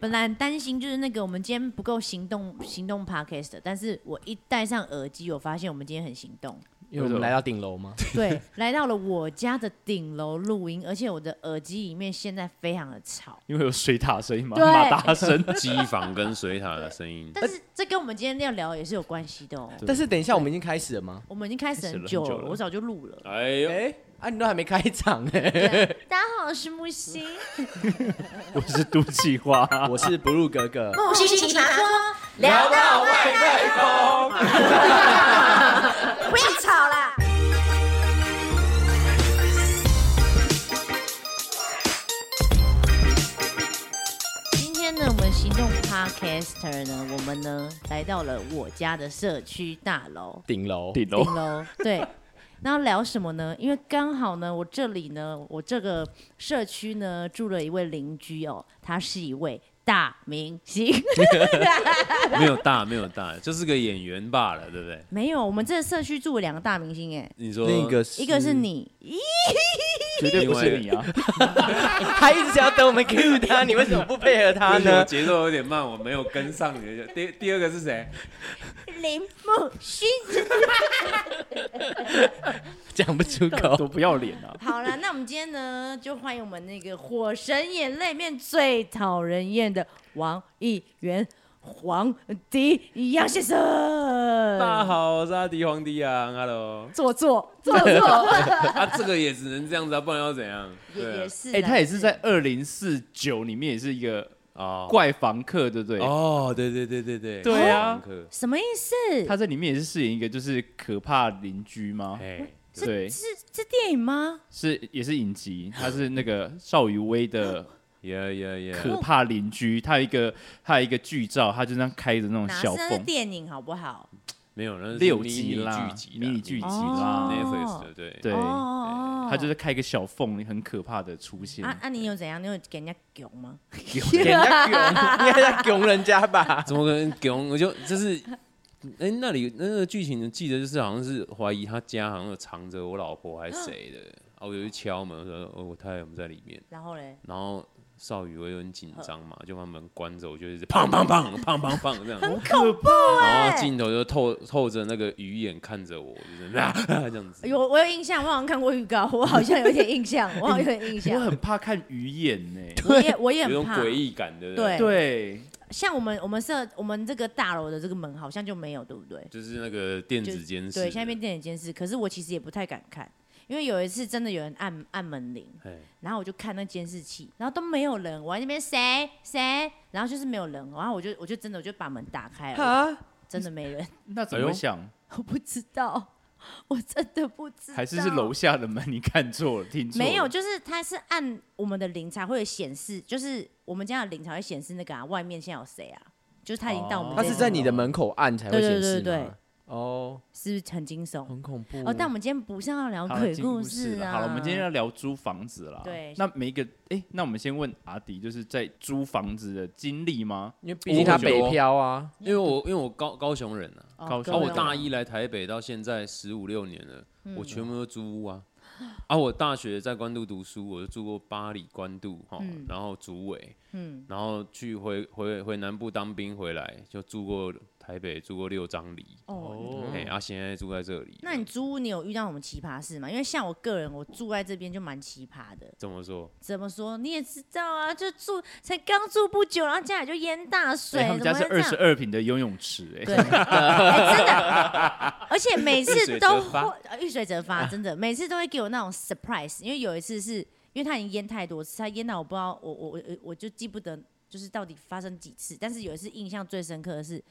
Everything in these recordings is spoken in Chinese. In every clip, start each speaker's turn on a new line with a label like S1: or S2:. S1: 本来很担心就是那个我们今天不够行动行动 podcast，的但是我一戴上耳机，我发现我们今天很行 动。
S2: 因为我们来到顶楼嘛，
S1: 对，来到了我家的顶楼录音，而且我的耳机里面现在非常的吵。
S2: 因为有水塔声音嘛，
S1: 对
S2: 马达 声。
S3: 机房跟水塔的声音，
S1: 但是这跟我们今天要聊也是有关系的哦。
S2: 但是等一下，我们已经开始了吗？
S1: 我们已经开始很久
S3: 开始
S1: 了，
S3: 了很久了
S1: 我早就录了。
S3: 哎呦，
S2: 哎，啊，你都还没开场哎！
S1: 对大家好，我是木 星，
S2: 我是毒气花， 我是不入格格。
S1: 木星奇葩说，聊
S3: 到外太空，
S1: 不要吵啦。今天呢，我们行动 podcaster 呢，我们呢来到了我家的社区大楼
S2: 顶楼，
S3: 顶楼
S1: 顶楼，对。然后聊什么呢？因为刚好呢，我这里呢，我这个社区呢住了一位邻居哦，他是一位大明星。
S3: 没有大没有大，就是个演员罢了，对不对？
S1: 没有，我们这个社区住了两个大明星哎，
S3: 你说
S2: 另一个
S1: 一个是你，
S2: 绝对
S3: 不是你
S2: 啊！ 他一直想要等我们 Q 他，你为什么不配合他
S3: 为什么
S2: 呢？
S3: 节奏有点慢，我没有跟上你的。第第二个是谁？
S1: 林木勋。
S2: 讲不出 口，
S4: 哦
S2: 多不要脸啊！
S1: 好了，那我们今天呢，就欢迎我们那个《火神眼泪》里面最讨人厌的王议员黄迪阳先
S3: 大家
S1: 生。
S3: 好，我是阿迪黄迪啊，Hello。
S1: 坐坐坐坐，
S3: 啊，这个也只能这样子啊，不然要怎样？
S1: 也
S3: 对
S1: 也
S3: 啊
S1: 是啦，
S4: 哎、他也是在二零四九里面也是一个
S3: 哦
S4: 怪房客，对不对？
S3: 哦，对对对对哦对，
S4: 对啊
S3: 房客
S1: 什么意思？
S4: 他在里面也是饰演一个就是可怕邻居吗？
S3: 哎，
S4: 对，
S1: 是是电影吗？
S4: 是也是影集，他是那个邵雨薇的
S3: 耶耶耶，
S4: 可怕邻居，他有一个他有一个剧照，他就那样开着那种
S1: 哪
S4: 嗯小
S1: 是那是
S4: 缝，
S1: 电影好不好？
S3: 没有，那是
S4: 六
S3: 迷
S4: 集
S3: 你
S4: 啦
S3: 剧集啦，
S4: 迷你剧集
S1: 哦
S4: 啦，
S3: Netflix 的，对
S4: 对，
S1: 哦
S4: 他就是开一个小缝，很可怕的出现。
S1: 啊啊！你有怎样？你有给人家囧吗？
S2: 给人家拱，你还在拱人家 吧？
S3: 怎么可能给我们？我就就是，哎、那里那个剧情记得就是好像是怀疑他家好像有藏着我老婆还是谁的，啊，我就去敲门，我说、哦、我太太有没有在里面，
S1: 然后嘞，
S3: 然后少宇我有点紧张嘛，就把门关着，我就一直砰砰砰砰砰砰这样，
S1: 嗯很恐怖
S3: 然
S1: 哎、
S3: 后镜头就透透着那个鱼眼看着我，就是啊 这样子，
S1: 有哎我有印象，我好像看过预告， 我好像有点印象，我好像有点印
S4: 我
S1: 象。
S4: 很怕看鱼眼呢、
S1: 我也我也
S3: 有
S1: 很
S3: 种
S1: 怕，
S3: 诡异感，对不对？
S1: 对
S4: 对，
S1: 像我们我们社我们这个大楼的这个门好像就没有，对不对？
S3: 就是那个电
S1: 就
S3: 子监视的，
S1: 对，下面电影监视，可是我其实也不太敢看，因为有一次真的有人按按门铃，
S3: 哎
S1: 然后我就看那监视器，然后都没有人，我在那边谁谁，然后就是没有人，然后我就我就真的我就把门打开了，
S2: 啊，
S1: 真的没人，
S4: 那怎
S3: 哎
S4: 么
S3: 呦
S4: 想？
S1: 我不知道，我真的不知道，
S4: 还是是楼下的门，你看错了，听错了
S1: 没有，就是它是按我们的铃才会有显示，就是我们家的铃才会显示那个啊，外面现在有谁啊？就是他已经到我们
S2: 他
S4: 哦
S1: 这一层楼了，
S2: 是在你的门口按才会显示
S1: 对对
S2: 吗
S1: 对对，
S2: 哦，
S1: 是不是很惊悚？
S2: 很恐怖
S1: 哦，但我们今天不是要聊
S4: 好了
S1: 鬼
S4: 进
S1: 故
S4: 事
S1: 事
S4: 了
S1: 啊。
S4: 好了，我们今天要聊租房子啦。
S1: 对
S4: 那每一个，哎，那我们先问阿迪，就是在租房子的经历吗？
S2: 因为毕竟他北漂啊，
S3: 因为我因为我高高雄人啊，
S1: 哦
S4: 搞
S1: 各
S3: 啊，
S4: 笑
S1: 位
S3: 我
S4: 对
S3: 大
S1: 老
S3: 一来台北到现在十五六年了，
S1: 嗯
S3: 我全部都租屋啊。啊，我大学在关渡读书，我就住过巴黎、关渡，哈、
S1: 嗯
S3: 然后竹围，
S1: 嗯，
S3: 然后去回回回南部当兵回来，就住过台北，住过六张里，
S1: 哦。
S3: 哎、啊，现在住在这里。
S1: 那你租屋你有遇到什么奇葩事吗？因为像我个人，我住在这边就蛮奇葩的。
S3: 怎么说？
S1: 怎么说你也知道啊，就住才刚住不久，然后家里就淹大水，
S4: 诶哎他们家是
S1: 怎么
S4: 二
S1: 会这
S4: 十
S1: 样
S4: 二平的游泳池，哎，
S1: 对，哎 真的，而且每
S3: 遇水
S1: 次
S3: 则
S1: 都
S3: 发啊
S1: 会呃遇水则发，真的，每次都会给我那种 surprise，因为有一次是因为他已经淹太多次，他淹到我不知道，我我我我就记不得就是到底发生几次，但是有一次印象最深刻的是。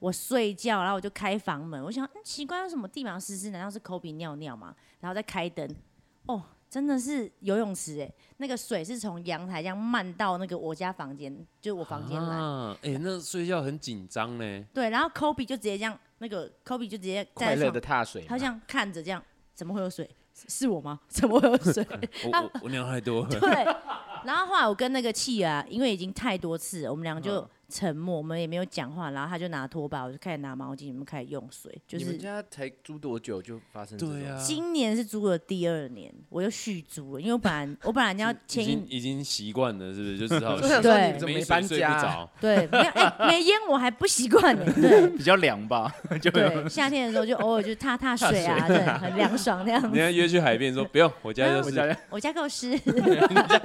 S1: 我睡觉，然后我就开房门，我想，嗯，奇怪，为什么地板上湿湿？难道是抠鼻尿尿吗？然后再开灯，哦，真的是游泳池哎，那个水是从阳台这样漫到那个我家房间，就我房间来，
S3: 啊，哎、那睡觉很紧张呢。
S1: 对，然后 Kobe 就直接这样，那个 Kobe 就直接
S2: 快
S1: 在
S2: 乐
S1: 床
S2: 的踏水嘛，
S1: 他这样看着这 样，怎么会有水？是是我吗？怎么会有水？
S3: 我我我尿太多了。
S1: 对，然后后来我跟那个气啊，因为已经太多次了，我们两个就沉默，我们也没有讲话。然后他就拿拖把，我就开始拿毛巾，我们开始用水。就
S5: 你们
S1: 是
S5: 家才租多久就发生这种？
S3: 对啊，
S1: 今年是租了第二年，我又续租了，因为我本来我本来要
S3: 已
S1: 前
S3: 经
S1: 一
S3: 已经习惯了，是不是？就只好
S5: 我想说
S1: 对
S5: 你怎么
S3: 没
S5: 没
S3: 水
S5: 搬
S3: 睡
S5: 家
S3: 不
S5: 啊？
S3: 着，
S1: 对没有哎没烟我还不习惯呢， 对
S4: 比较凉吧， 就
S1: 对，夏天的时候就偶尔就踏踏水啊，对，很凉爽那样
S3: 人家
S1: 子。
S3: 约去海边说不用，我家就
S4: 我家
S3: 是
S1: 我家够湿，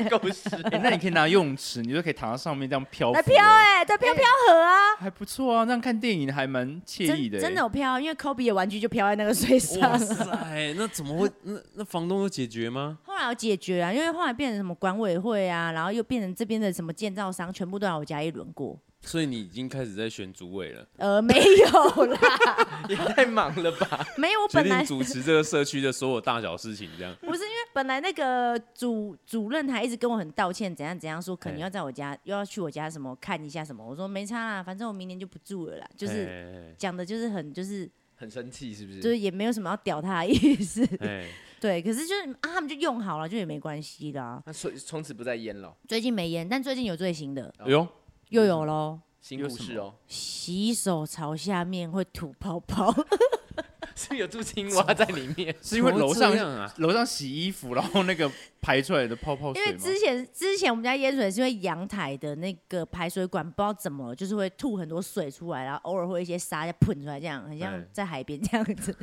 S4: 够湿。哎那你可以拿游泳池，你就可以躺在上面这样
S3: 哦
S4: 漂浮，
S1: 来飘哎，对飘飘河啊，
S4: 还不错啊，那样看电影还蛮惬意
S1: 真
S4: 的、
S1: 真的，有飘，因为 Kobe 的玩具就飘在那个水上
S3: 欸哇。塞，那怎么会？那那房东有解决吗？
S1: 后来我解决了，因 为后来变成什么管委会啊，然后又变成这边的什么建造商，全部都来我家一轮过。
S3: 所以你已经开始在选主委了，
S1: 呃，没有 啦，
S5: 也太忙了吧？
S1: 没有，我
S3: 决
S1: 本来
S3: 定主持这个社区的所有大小事情，这样。
S1: 不是因为本来那个主主任还一直跟我很道歉，怎样怎样说，可能
S3: 哎
S1: 要在我家又要去我家什么看一下什么，我说没差啦，反正我明年就不住了啦，
S3: 哎
S1: 就是
S3: 是，
S1: 讲的就是很就是
S5: 很生气是不是？
S1: 就是也没有什么要屌他的意 思，
S3: 哎，
S1: 对，可是就是啊他们就用好了，就也没关系啦。
S5: 那所以从此不再淹了，
S1: 最近没烟，但最近有最新的
S3: 哎呦，
S1: 又有喽。
S5: 新故事哦。
S1: 洗手槽下面会吐泡泡，
S5: 是不是有住青蛙在里面？
S4: 是因为楼上
S3: 怎么会这样 啊，
S4: 楼上洗衣服，然后那个排出来的泡泡
S1: 因
S4: 水
S1: 为
S4: 吗
S1: 之前之前我们家淹水是因为阳台的那个排水管不知道怎么了，就是会吐很多水出来，然后偶尔会一些沙再喷出来，这样很像
S3: 对
S1: 在海边 这样子。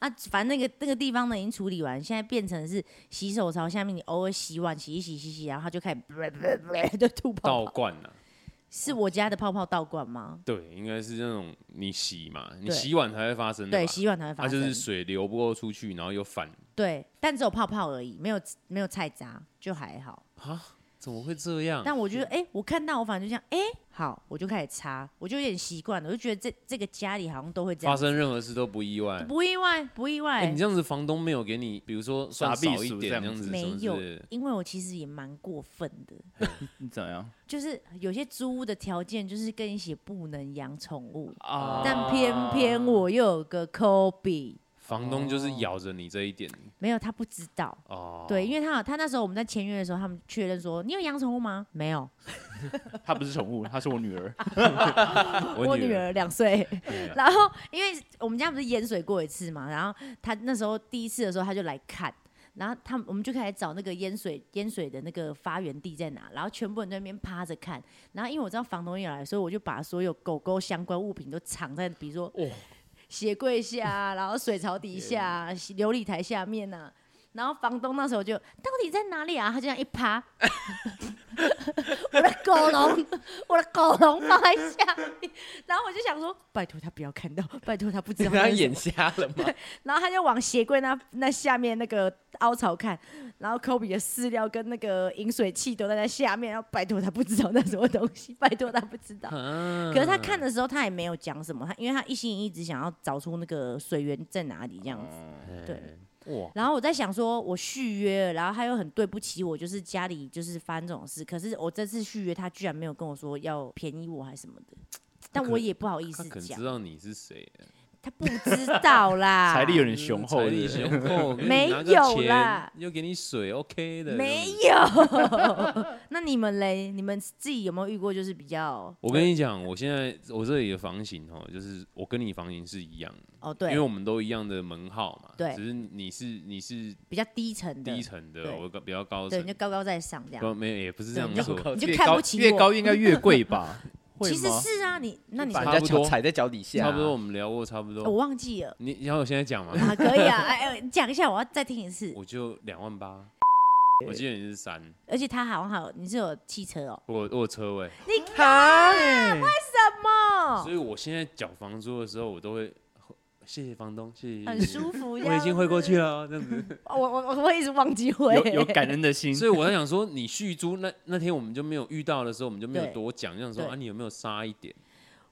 S1: 啊，反正那个那个地方呢已经处理完，现在变成是洗手槽下面，你偶尔洗碗洗一洗洗一洗，然后它就开始 就吐泡
S3: 倒
S1: 泡。
S3: 灌啊。
S1: 是我家的泡泡倒灌吗？
S3: 对，应该是那种你洗嘛，你
S1: 对
S3: 洗碗才会发生的
S1: 对，
S3: 嘛。
S1: 洗碗才会
S3: 它
S1: 发
S3: 就
S1: 生。
S3: 是水流不够出去，然后又反
S1: 对，但只有泡泡而已，没有没有菜渣，就还好。
S3: 啊，怎么会这样？
S1: 但我觉得，哎、我看到我反正就这样，哎、好，我就开始擦，我就有点习惯了，我就觉得这这个家里好像都会这
S3: 发
S1: 样，
S3: 生任何事都不意外。
S1: 不意外，不意外。
S3: 哎，你这样子房东没有给你，比如说算
S4: 打避
S3: 少一
S4: 暑
S3: 点
S4: 这
S3: 这
S4: 样
S3: 样子，
S1: 没
S3: 什么之
S1: 有
S3: 类的，
S1: 因为我其实也蛮过分的，
S4: 你怎样
S1: 就是有些租屋的条件就是跟你写不能养宠物，
S4: 啊？
S1: 但偏偏我又有个 Kobe，
S3: 房东就是
S1: 哦
S3: 咬着你这一点
S1: 没有他不知道。
S3: 哦。
S1: 对，因为他他那时候我们在签约的时候，他们确认说你有养宠物吗？没有，
S4: 她不是宠物，她是我女儿。
S1: 我女
S3: 儿
S1: 儿两岁。
S3: 对啊
S1: 然后因为我们家不是淹水过一次嘛，然后他那时候第一次的时候他就来看，然后他们我们就开始找那个淹水淹水的那个发源地在哪，然后全部人在那边趴着看，然后因为我知道房东也来，所以我就把所有狗狗相关物品都藏在，比如说
S3: 哇
S1: 鞋柜下啊， 然后水槽底下啊、洗琉璃台下面呐、然后房东那时候就到底在哪里啊？他就这样一趴， 我的狗笼，我的狗笼放在下面，然后我就想说，拜托他不要看到，拜托他不知
S5: 你
S1: 道
S5: 刚
S1: 那是
S5: 刚
S1: 什么
S5: 眼瞎了 吗？
S1: 然后他就往鞋柜那那下面那个凹槽看，然后 Kobe 的饲料跟那个饮水器都在那下面，然后拜托他不知道那什么东西，拜托他不知道。
S3: 啊嗯
S1: 可是他看的时候他也没有讲什么，他因为他一心一意只想要找出那个水源在哪里这样子。对，
S3: 哦哇，
S1: 然后我在想说，我续约了，然后他又很对不起我，就是家里就是发生这种事。可是我这次续约，他居然没有跟我说要便宜我还是什么的，但我也不好意
S3: 他
S1: 思
S3: 可能
S1: 讲
S3: 知，道你是谁，
S1: 他不知道啦，
S4: 财力有点雄厚
S3: 财
S4: 是不
S3: 力
S4: 是，
S1: 嗯
S3: 雄厚，给你
S1: 没
S3: 拿个
S1: 有
S3: 钱
S1: 啦
S3: 又给你水，OK 的。
S1: 没
S3: 有。
S1: 有。 那你们嘞？你们自己有没有遇过就是比较？
S3: 我跟你讲，我现在我这里的房型哦，就是我跟你房型是一样的，
S1: 哦，
S3: 因为
S1: 对，
S3: 我们都一样的门号嘛，
S1: 对
S3: 只是你是你是
S1: 比较低层的
S3: 低，层的，
S1: 对
S3: 我比较高
S1: 对，
S3: 层
S1: 你就，高高在上这
S3: 不
S1: 样，
S3: 没有也不是
S1: 对
S3: 这样
S1: 你就
S3: 说，
S1: 你就
S4: 越
S1: 看
S4: 高
S1: 不起
S4: 越
S1: 我。
S4: 高应该越贵吧？ 会
S1: 其实
S4: 吗
S1: 是啊，你那你
S5: 把
S3: 差
S5: 人家
S3: 不
S5: 脚
S3: 多
S5: 踩在脚底下，
S3: 差不多我们聊过差不
S1: 呃我
S3: 多。
S1: 忘记了
S3: 你要我现在讲吗？
S1: 啊，可以啊，哎哎，讲一下，我要再听一次。
S3: 我就两万八，我记得你是三，
S1: 而且他好像还有，你是有汽车哦？
S3: 我我有车位，啊
S1: 什么？
S3: 所以我现在缴房租的时候，我都会谢谢房东，谢谢，
S1: 很舒服这样子。
S3: 我已经汇过去了哦，这样子。
S1: 我我我我一直忘记回。
S4: 有有感恩的心，
S3: 所以我在想说，你续租那那天我们就没有遇到的时候，我们就没有
S1: 对
S3: 多讲，这样说
S1: 对
S3: 啊，你有没有杀一点？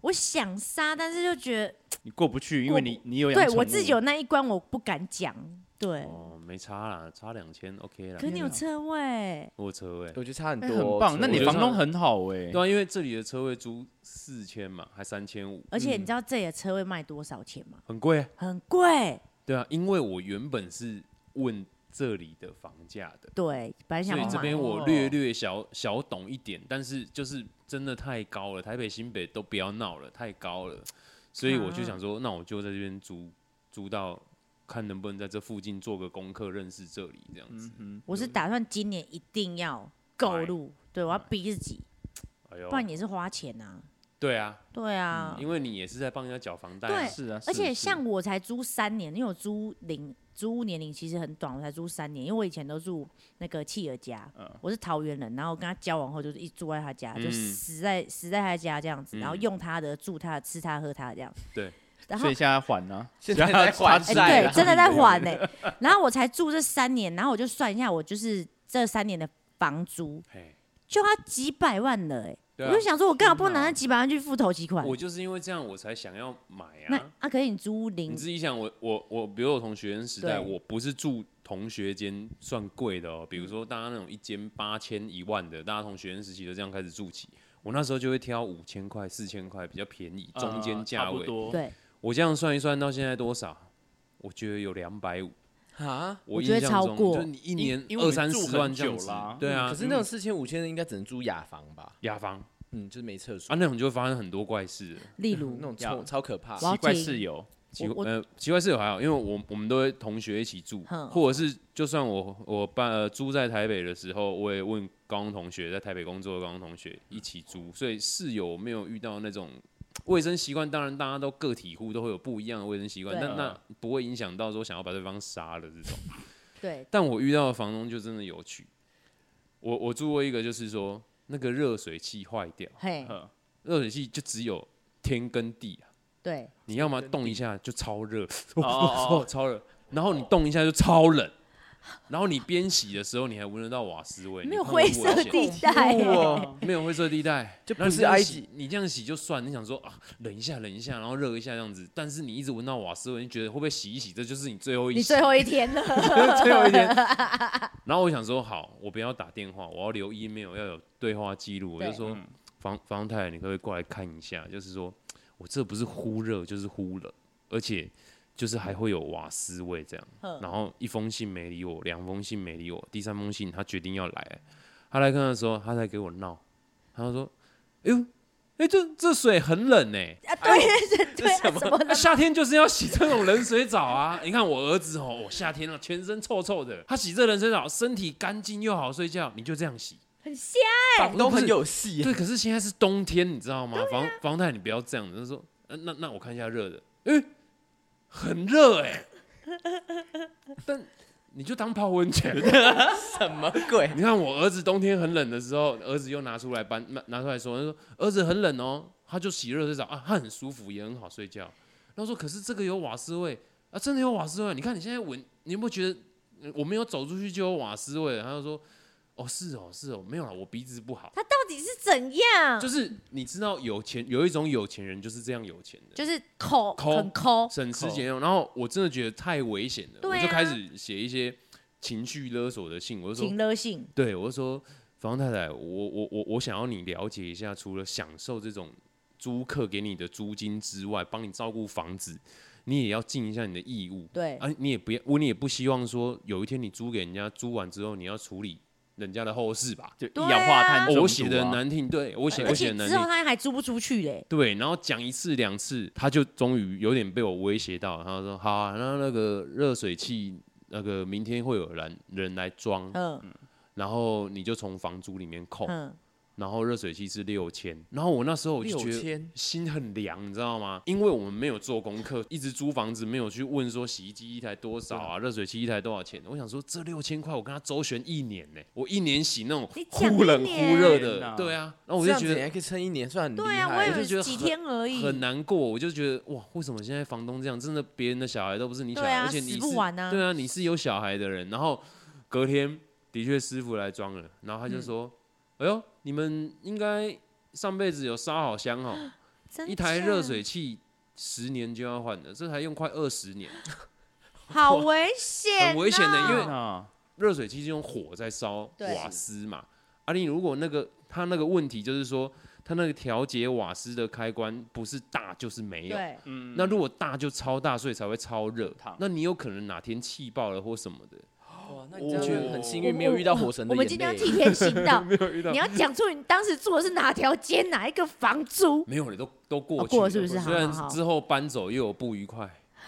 S1: 我想杀，但是就觉得，
S4: 你过不去，因为你你有养
S1: 对
S4: 宠
S1: 我
S4: 物
S1: 自己有那一关，我不敢讲。对，
S3: 哦，没差啦，差两千 OK 啦
S1: 可，是你有车位，
S3: 我有车位。
S5: 我觉得差很
S4: 哎
S5: 多，
S4: 很棒，那你
S3: 我觉得
S4: 房东很好哎，
S3: 对啊，因为这里的车位租四千嘛，还三千五，
S1: 而且你知道这里的车位卖多少钱吗？
S3: 很贵啊。
S1: 很贵，
S3: 对啊，因为我原本是问这里的房价的，
S1: 对，本来
S3: 所
S1: 想
S3: 以
S1: 不
S3: 这
S1: 买
S3: 边我
S5: 哦
S3: 略略小小懂一点，但是就是真的太高了，台北、新北都不要闹了，太高了，所以我就
S1: 嗯
S3: 想说，那我就在这边租租到，看能不能在这附近做个功课，认识这里这样子。
S4: 嗯
S1: 我是打算今年一定要购入，对我要
S3: 买
S1: 逼自己，
S3: 哎呦
S1: 不，然也是花钱啊。
S3: 对啊，
S1: 对啊，
S3: 因为你也是在帮人家缴房贷
S1: 对
S3: 啊，
S4: 哼，是啊，
S1: 而
S4: 是
S1: 且
S4: 是
S1: 像我才租三年，因为我租龄租屋年龄其实很短，我才租三年，因为我以前都住那个契儿家，
S4: 嗯
S1: 我是桃园人，然后跟他交往后就是一直住在他家，就
S3: 嗯
S1: 死在死在他家这样子，然后
S3: 嗯
S1: 用他的住他的吃他喝他这样，
S3: 对，
S1: 然后
S4: 所以现在还啊呢，
S5: 现在在
S3: 啊
S5: 还
S1: 哎、
S5: 债
S1: 对，
S5: 啦
S1: 真的在
S4: 啊
S1: 还呢、 然后我才住这三年，然后我就算一下，我就是这三年的房租
S3: 嘿，
S1: 就要几百万了、哎、
S3: 对啊
S1: 我就，想说，我干嘛不拿那
S3: 天哪
S1: 几百万去付头期款？
S3: 我就是因为这样我才想要买
S1: 那
S3: 啊。
S1: 啊，可是你租
S3: 你
S1: 零
S4: 嗯
S3: 自己想，我我我，比如我从学生时代，
S1: 对
S3: 我不是住同学间算贵的哦，
S4: 嗯
S3: 比如说大家那种一间八千一万的，大家从学生时期就这样开始住起。我那时候就会挑五千块、四千块比较便宜， 中间
S4: 呃
S3: 价
S4: 差不
S3: 位。
S4: 多，
S1: 对，
S3: 我这样算一算，到现在多少？我觉得有两百五。
S5: 啊。
S1: 我
S3: 我印
S1: 觉得
S3: 象
S1: 超
S3: 中
S1: 过
S3: 就你一
S4: 因
S3: 年
S4: 因为我
S3: 二
S4: 们
S3: 三
S4: 住
S3: 十万
S4: 很
S3: 这样
S4: 久
S3: 子
S4: 啦，嗯
S3: 对
S5: 嗯
S3: 啊
S5: 可。是那种四千五千的应该只能租雅房吧？
S3: 雅房啊，
S5: 嗯，就是没厕所
S3: 那种就会发生很多怪事了。
S1: 例
S5: 那
S1: 如
S5: 种超
S4: 雅
S5: 超可怕。
S1: 我要
S4: 奇怪
S1: 停
S4: 室友，
S3: 奇
S1: 我我
S3: 呃奇怪室友还好，因为我我们都会同学一起住
S1: 哼，
S3: 或者是就算我我办、呃、租在台北的时候，我也问高中同学在台北工作的高中同学一起租，所以室友没有遇到那种卫生习惯，当然大家都个体户都会有不一样的卫生习惯，
S1: 对
S3: 但那不会影响到说想要把对方杀了这种。
S1: 对
S3: 但我遇到的房东就真的有趣，我我住过一个就是说那个热水器坏掉，
S1: 嘿
S4: 呵
S3: 热水器就只有天跟地啊。
S1: 对，
S3: 你要么动一下就超热，
S4: 哦哦
S3: 超热，然后你动一下就超冷，然后你边洗的时候你还闻得到瓦斯味，
S1: 没有
S3: 你怕
S1: 灰
S3: 会不啊
S1: 色
S3: 危险
S1: 地带、欸，
S5: 哇，
S3: 没有灰色地带，
S5: 就不
S3: 然后你
S5: 是
S3: 这样
S5: 埃
S3: 洗
S5: 及，
S3: 你这样洗就算，你想说啊，冷一下，冷一下，然后热一下这样子，但是你一直闻到瓦斯味，你觉得会不会洗一洗，这就是你最后一
S1: 你
S3: 洗，
S1: 最后一天 了，啊
S3: 最后一天。然后我想说，好，我不要打电话，我要留 email，要有对话记录。我
S1: 对
S3: 就说，
S4: 嗯
S3: 房房太太，你可不可以过来看一下？就是说我这不是忽热就是忽冷，而且就是还会有瓦斯味这样。
S1: 哼
S3: 然后一封信没理我，两封信没理我，第三封信他决定要来。他来看的时候，他才给我闹，他就说：“哎呦，哎、这这水很冷呢、欸
S1: 啊，
S3: 哎
S1: 对对对，啊什么
S3: 那夏天就是要洗这种冷水澡啊！ 你看我儿子哦，我夏天啊全身臭臭的，他洗这冷水澡，身体干净又好睡觉，你就这样洗。
S1: 很瞎，欸
S5: 房东
S3: 不是
S5: 很有戏啊。
S3: 对，可是现在是冬天，你知道吗？
S1: 啊
S3: 房房太你不要这样，就是说，呃那那我看一下热的，诶，很热哎、 但你就当泡温泉。
S5: 什么鬼？
S3: 你看我儿子冬天很冷的时候，儿子又拿出来搬拿拿出来说，他说儿子很冷哦，他就洗热水澡啊，他很舒服，也很好睡觉。然后说可是这个有瓦斯味啊，真的有瓦斯味。你看你现在闻，你有没有觉得呃我没有走出去就有瓦斯味了？他就说哦是哦是哦，没有啦，我鼻子不好。
S1: 他到底是怎样？
S3: 就
S1: 就是
S3: 是你知道有钱有一种有钱人就是这样有钱的，
S1: 抠
S3: 抠
S1: 很抠，
S3: 省吃俭用。然后我真的觉得太危险了，
S1: 对啊
S3: 我就开始写一些情绪勒索的信，我就说
S1: 情勒性，
S3: 对，我就说，房太太，我我我我想要你了解一下，除了享受这种租客给你的租金之外，帮你照顾房子，你也要尽一下你的义务。
S1: 对
S3: 啊，你也不要，我你也不希望说有一天你租给人家，租完之后你要处理人家的后事吧？
S4: 就
S1: 对啊
S4: 一氧化碳中毒啊，
S3: 哦我写的难听，对我写
S1: 而
S3: 我写
S1: 且
S3: 的难
S1: 之后
S3: 听。
S1: 他还租不出去嘞，
S3: 对，然后讲一次两次，他就终于有点被我威胁到了，他说：“好、啊，那那个热水器，那个明天会有人人来装，
S1: 嗯
S3: 然后你就从房租里面扣，
S1: 嗯，
S3: 然后热水器是六千，然后我那时候我就觉得
S5: 6000
S3: 心很凉，你知道吗？因为我们没有做功课，一直租房子没有去问说洗衣机一台多少啊，热水器一台多少钱。我想说这六千块我跟他周旋一年呢、我一年洗那种
S1: 你讲
S3: 忽冷
S1: 一
S3: 忽
S1: 年
S3: 热
S4: 天
S3: 的
S4: 哪，
S3: 对啊， 然后
S5: 这
S3: 我就
S5: 样
S3: 觉
S5: 子你
S3: 得
S5: 还可以撑一年，算很厉
S1: 对啊，我
S5: 害
S1: 以
S3: 就
S1: 为
S5: 欸。
S3: 觉得
S1: 几
S3: 很
S1: 天而已，
S3: 很难过，我就觉得哇，为什么现在房东这样？真的，别人的小孩都不是你小
S1: 对
S3: 孩，
S1: 啊
S3: 而且
S1: 死
S3: 你是
S1: 不完啊
S3: 对啊，你是有小孩的人。然后隔天的确师傅来装了，然后他就
S1: 嗯
S3: 说：“哎呦，你们应该上辈子有烧好香哦，
S1: 真
S3: 一台
S1: 假
S3: 热水器十年就要换的，这台用快二十年，
S1: 好危险哦，
S3: 很危险的因为
S4: 啊，
S3: 热水器是用火在烧
S1: 对
S3: 瓦斯嘛。阿丽，你如果那个他那个问题就是说，他那个调节瓦斯的开关不是大就是没有。”
S1: 对
S4: 嗯
S3: 那如果大就超大，所以才会超热
S4: 烫。
S3: 那你有可能哪天气爆了或什么的，
S5: 哇，那你真
S3: 哦
S5: 的很幸运，没有遇到火神的
S1: 我们今天要
S5: 眼
S1: 替
S5: 泪。
S1: 天行道，
S3: 没有遇到
S1: 你，要讲出你当时住的是哪条街，哪一个房租，
S3: 没有，你都都过
S1: 哦
S3: 去
S1: 过了是不是
S3: 虽
S1: 好好
S3: 然
S1: 好
S3: 之后搬走又有不愉快，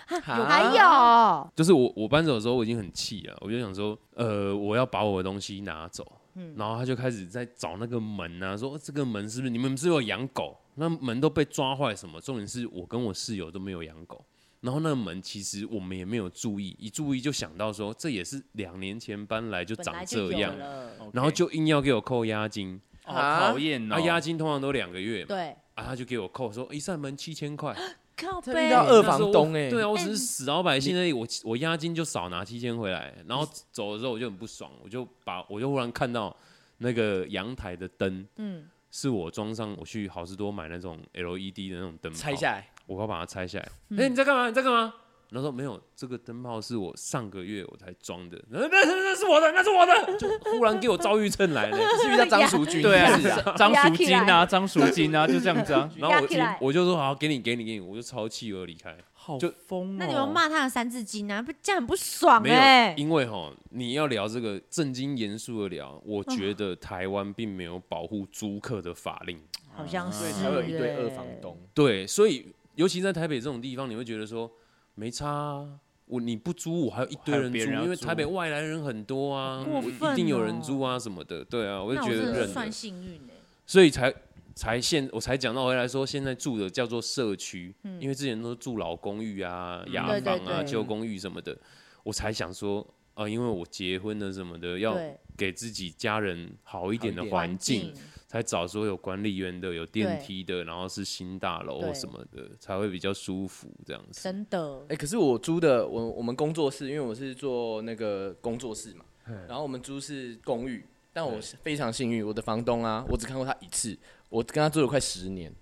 S3: 啊
S5: 哈
S1: 还有
S3: 就是我我搬走的时候我已经很气啊了，我就想说，呃，我要把我的东西拿走。
S1: 嗯
S3: 然后他就开始在找那个门啊，说这个门是不是你们是不是有养狗？那门都被抓坏什么？重点是我跟我室友都没有养狗。然后那个门其实我们也没有注意，一注意就想到说这也是两年前搬来就
S1: 本
S3: 长
S1: 来就有
S3: 这样，哦
S1: 了，
S3: 然后就啊硬要给我扣押金，
S4: 好讨厌
S3: 那、
S4: 哦，
S3: 押金通常都两个月嘛，
S1: 对，
S3: 啊他就给我扣说一扇门七千 块，
S1: 靠
S5: 这
S1: 背
S5: 遇到二
S3: 那时候
S5: 房东哎，
S3: 对啊，我
S1: 哎
S3: 只是死老百姓而已，我我押金就少拿七千回来，然
S1: 嗯
S3: 后走的时候我就很不爽，我就把我就忽然看到那个阳台的灯，
S1: 嗯，
S3: 是我装上我去好事多买那种 LED 的那种灯泡，
S5: 拆下来，
S3: 我要把它拆下来。哎、
S1: 嗯
S3: 你在干嘛？你在干嘛？然后说没有，这个灯泡是我上个月我才装的， 那那那是我的，那是我的，就忽然给我躁郁症 来了。
S5: 是遇到张淑君，
S4: 对啊
S5: 是 啊，，
S4: 张淑金啊，张淑金啊，就这样子啊，
S3: 然后
S1: 压
S3: 我
S1: 起
S3: 就
S1: 来
S3: 我就说好，给你给你给你，我就超气而离开。
S4: 好
S3: 就
S4: 疯哦。
S5: 嗯
S1: 那你们骂他的三字经啊，不这样很不爽
S3: 没
S1: 哎
S3: 有，。因为哈，你要聊这个正经严肃的聊，我觉得台湾并没有保护租客的法令。
S1: 好像是，欸
S5: 所以才会有一堆二房东。
S3: 对，所以尤其在台北这种地方，你会觉得说没差、啊，我你不租，我还有一堆
S4: 还有
S3: 人租，
S4: 别人要
S3: 因为
S4: 租
S3: 台北外来人很多啊，
S1: 过
S3: 我
S1: 分
S3: 一定有人
S1: 哦
S3: 租啊什么的，对啊，我
S1: 对。
S3: 就
S1: 那我
S3: 觉
S1: 真
S3: 得
S1: 的
S3: 认
S1: 算
S3: 了，
S1: 幸运哎，
S3: 所以才才现我才讲到回来说，现在住的叫做社区，因为之前都是住老公寓啊、雅
S1: 嗯对对
S3: 房啊、
S1: 对
S3: 旧公寓什么的，我才想说。啊、因为我结婚了什么的，要
S1: 对，
S3: 给自己家人好一点的
S5: 好一点
S3: 环境，才找说有管理员的、有电梯的，然后是新大楼
S1: 对
S3: 或什么的，才会比较舒服这样子。
S1: 真的
S5: 哎、，可是我租的，我我们工作室，因为我是做那个工作室嘛，然后我们租是公寓，但我是非常幸运，我的房东啊，我只看过他一次，我跟他住了快十年，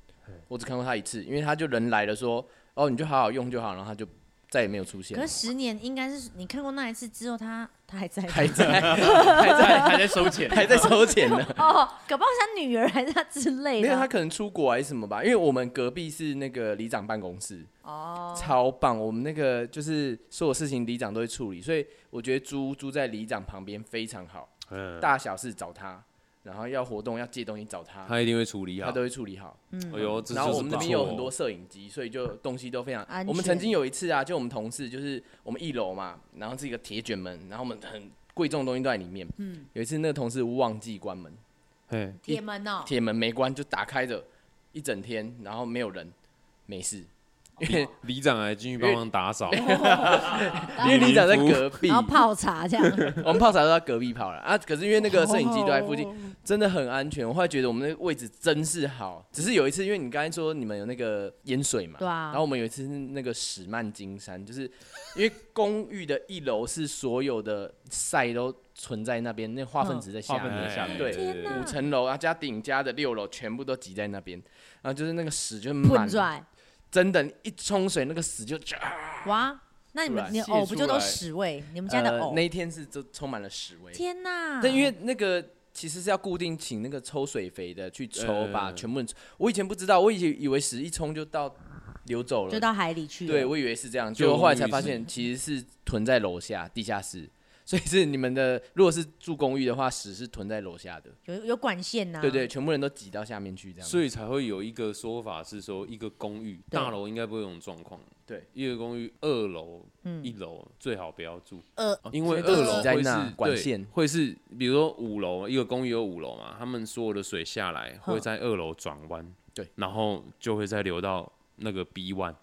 S5: 我只看过他一次，因为他就人来了说，哦，你就好好用就好，然后他就再也没有出现
S1: 可是，十年应该是你看过那一次之后，他他还在吗
S5: 还在
S4: 还在还在收钱，
S5: 还在收钱呢，
S1: 哦，搞不好是他女儿还是他之类
S5: 没有他
S1: 的。
S5: 可能出国还是什么吧，因为我们隔壁是那个里长办公室，
S1: 哦，
S5: 超棒！我们那个就是所有事情里长都会处理，所以我觉得租租在里长旁边非常好，
S3: 嗯，
S5: 大小事找他，然后要活动要借东西找他，
S3: 他一定会处理
S5: 他
S3: 好
S5: 都。会处理好。
S1: 嗯
S3: 哎呦，哎这
S5: 然后
S3: 就是
S5: 我们那
S3: 不
S5: 边
S3: 错
S5: 有
S3: 哦
S5: 很多摄影机，所以就东西都非常
S1: 安。全
S5: 我们曾经有一次啊，就我们同事就是我们一楼嘛，然后是一个铁卷门，然后我们很贵重的东西都在里面。嗯，有一次那个同事忘记关门，
S3: 嘿，
S1: 铁门哦，
S5: 铁门没关就打开着，一整天，然后没有人，没事，
S4: 哦
S5: 因 为
S3: 里长还进去帮忙打 扫，
S5: 因为里长在隔壁，
S1: 然后泡茶这 样，
S5: 我们泡茶都在隔壁泡了啊，可是因为那
S4: 哦
S5: 个摄影机都在附近，真的很安全。我后来觉得我们那个位置真是好，只是有一次，因为你刚才说你们有那个淹水嘛，
S1: 对啊
S5: 然后我们有一次是那个史曼金山，就是因为公寓的一楼是所有的晒都存在那边，那化粪池在下
S4: 化粪池
S5: 面，
S3: 哎
S4: 在下面
S5: 对
S1: 天哪
S5: 五层楼啊加顶加的六楼全部都挤在那边，然后就是那个屎就
S1: 喷
S5: 满，
S1: 出来，
S5: 真的一冲水那个屎就啊
S1: 哇，那你
S5: 出
S1: 们
S5: 来
S1: 你的
S4: 泄
S1: 藕
S4: 出
S1: 不就都
S4: 来
S1: 屎味？你们家的
S5: 呃
S1: 藕
S5: 那，一天是就充满了屎味，
S1: 天啊哪！
S5: 但因为那个其实是要固定请那个抽水肥的去抽，
S3: 嗯
S5: 把全部人抽。我以前不知道，我以前以为屎一冲就到流走
S1: 就
S5: 了，
S1: 到海里去了，
S5: 对我以为是这样，
S3: 就
S5: 结果后来才发现其实是囤在楼下地下室。 所以是你们的，如果是住公寓的话，屎是囤在楼下的，
S1: 有有管线呐，
S5: 对对，，全部人都挤到下面去这样。
S3: 所以才会有一个说法是说，一个公寓
S1: 对
S3: 大楼应该不会有这种状况。
S5: 对，
S3: 一个公寓二楼、
S1: 嗯
S3: 一楼最好不要住，
S1: 呃
S3: 因为
S5: 因为
S3: 二
S5: 都
S3: 楼
S5: 挤在
S3: 会
S5: 那
S3: 是
S5: 管
S3: 对
S5: 线
S3: 会是比如说五楼一个公寓有五楼嘛，他们所有的水下来
S1: 哼
S3: 会在二楼转弯，
S5: 对，
S3: 然后就会再流到那个 B 弯。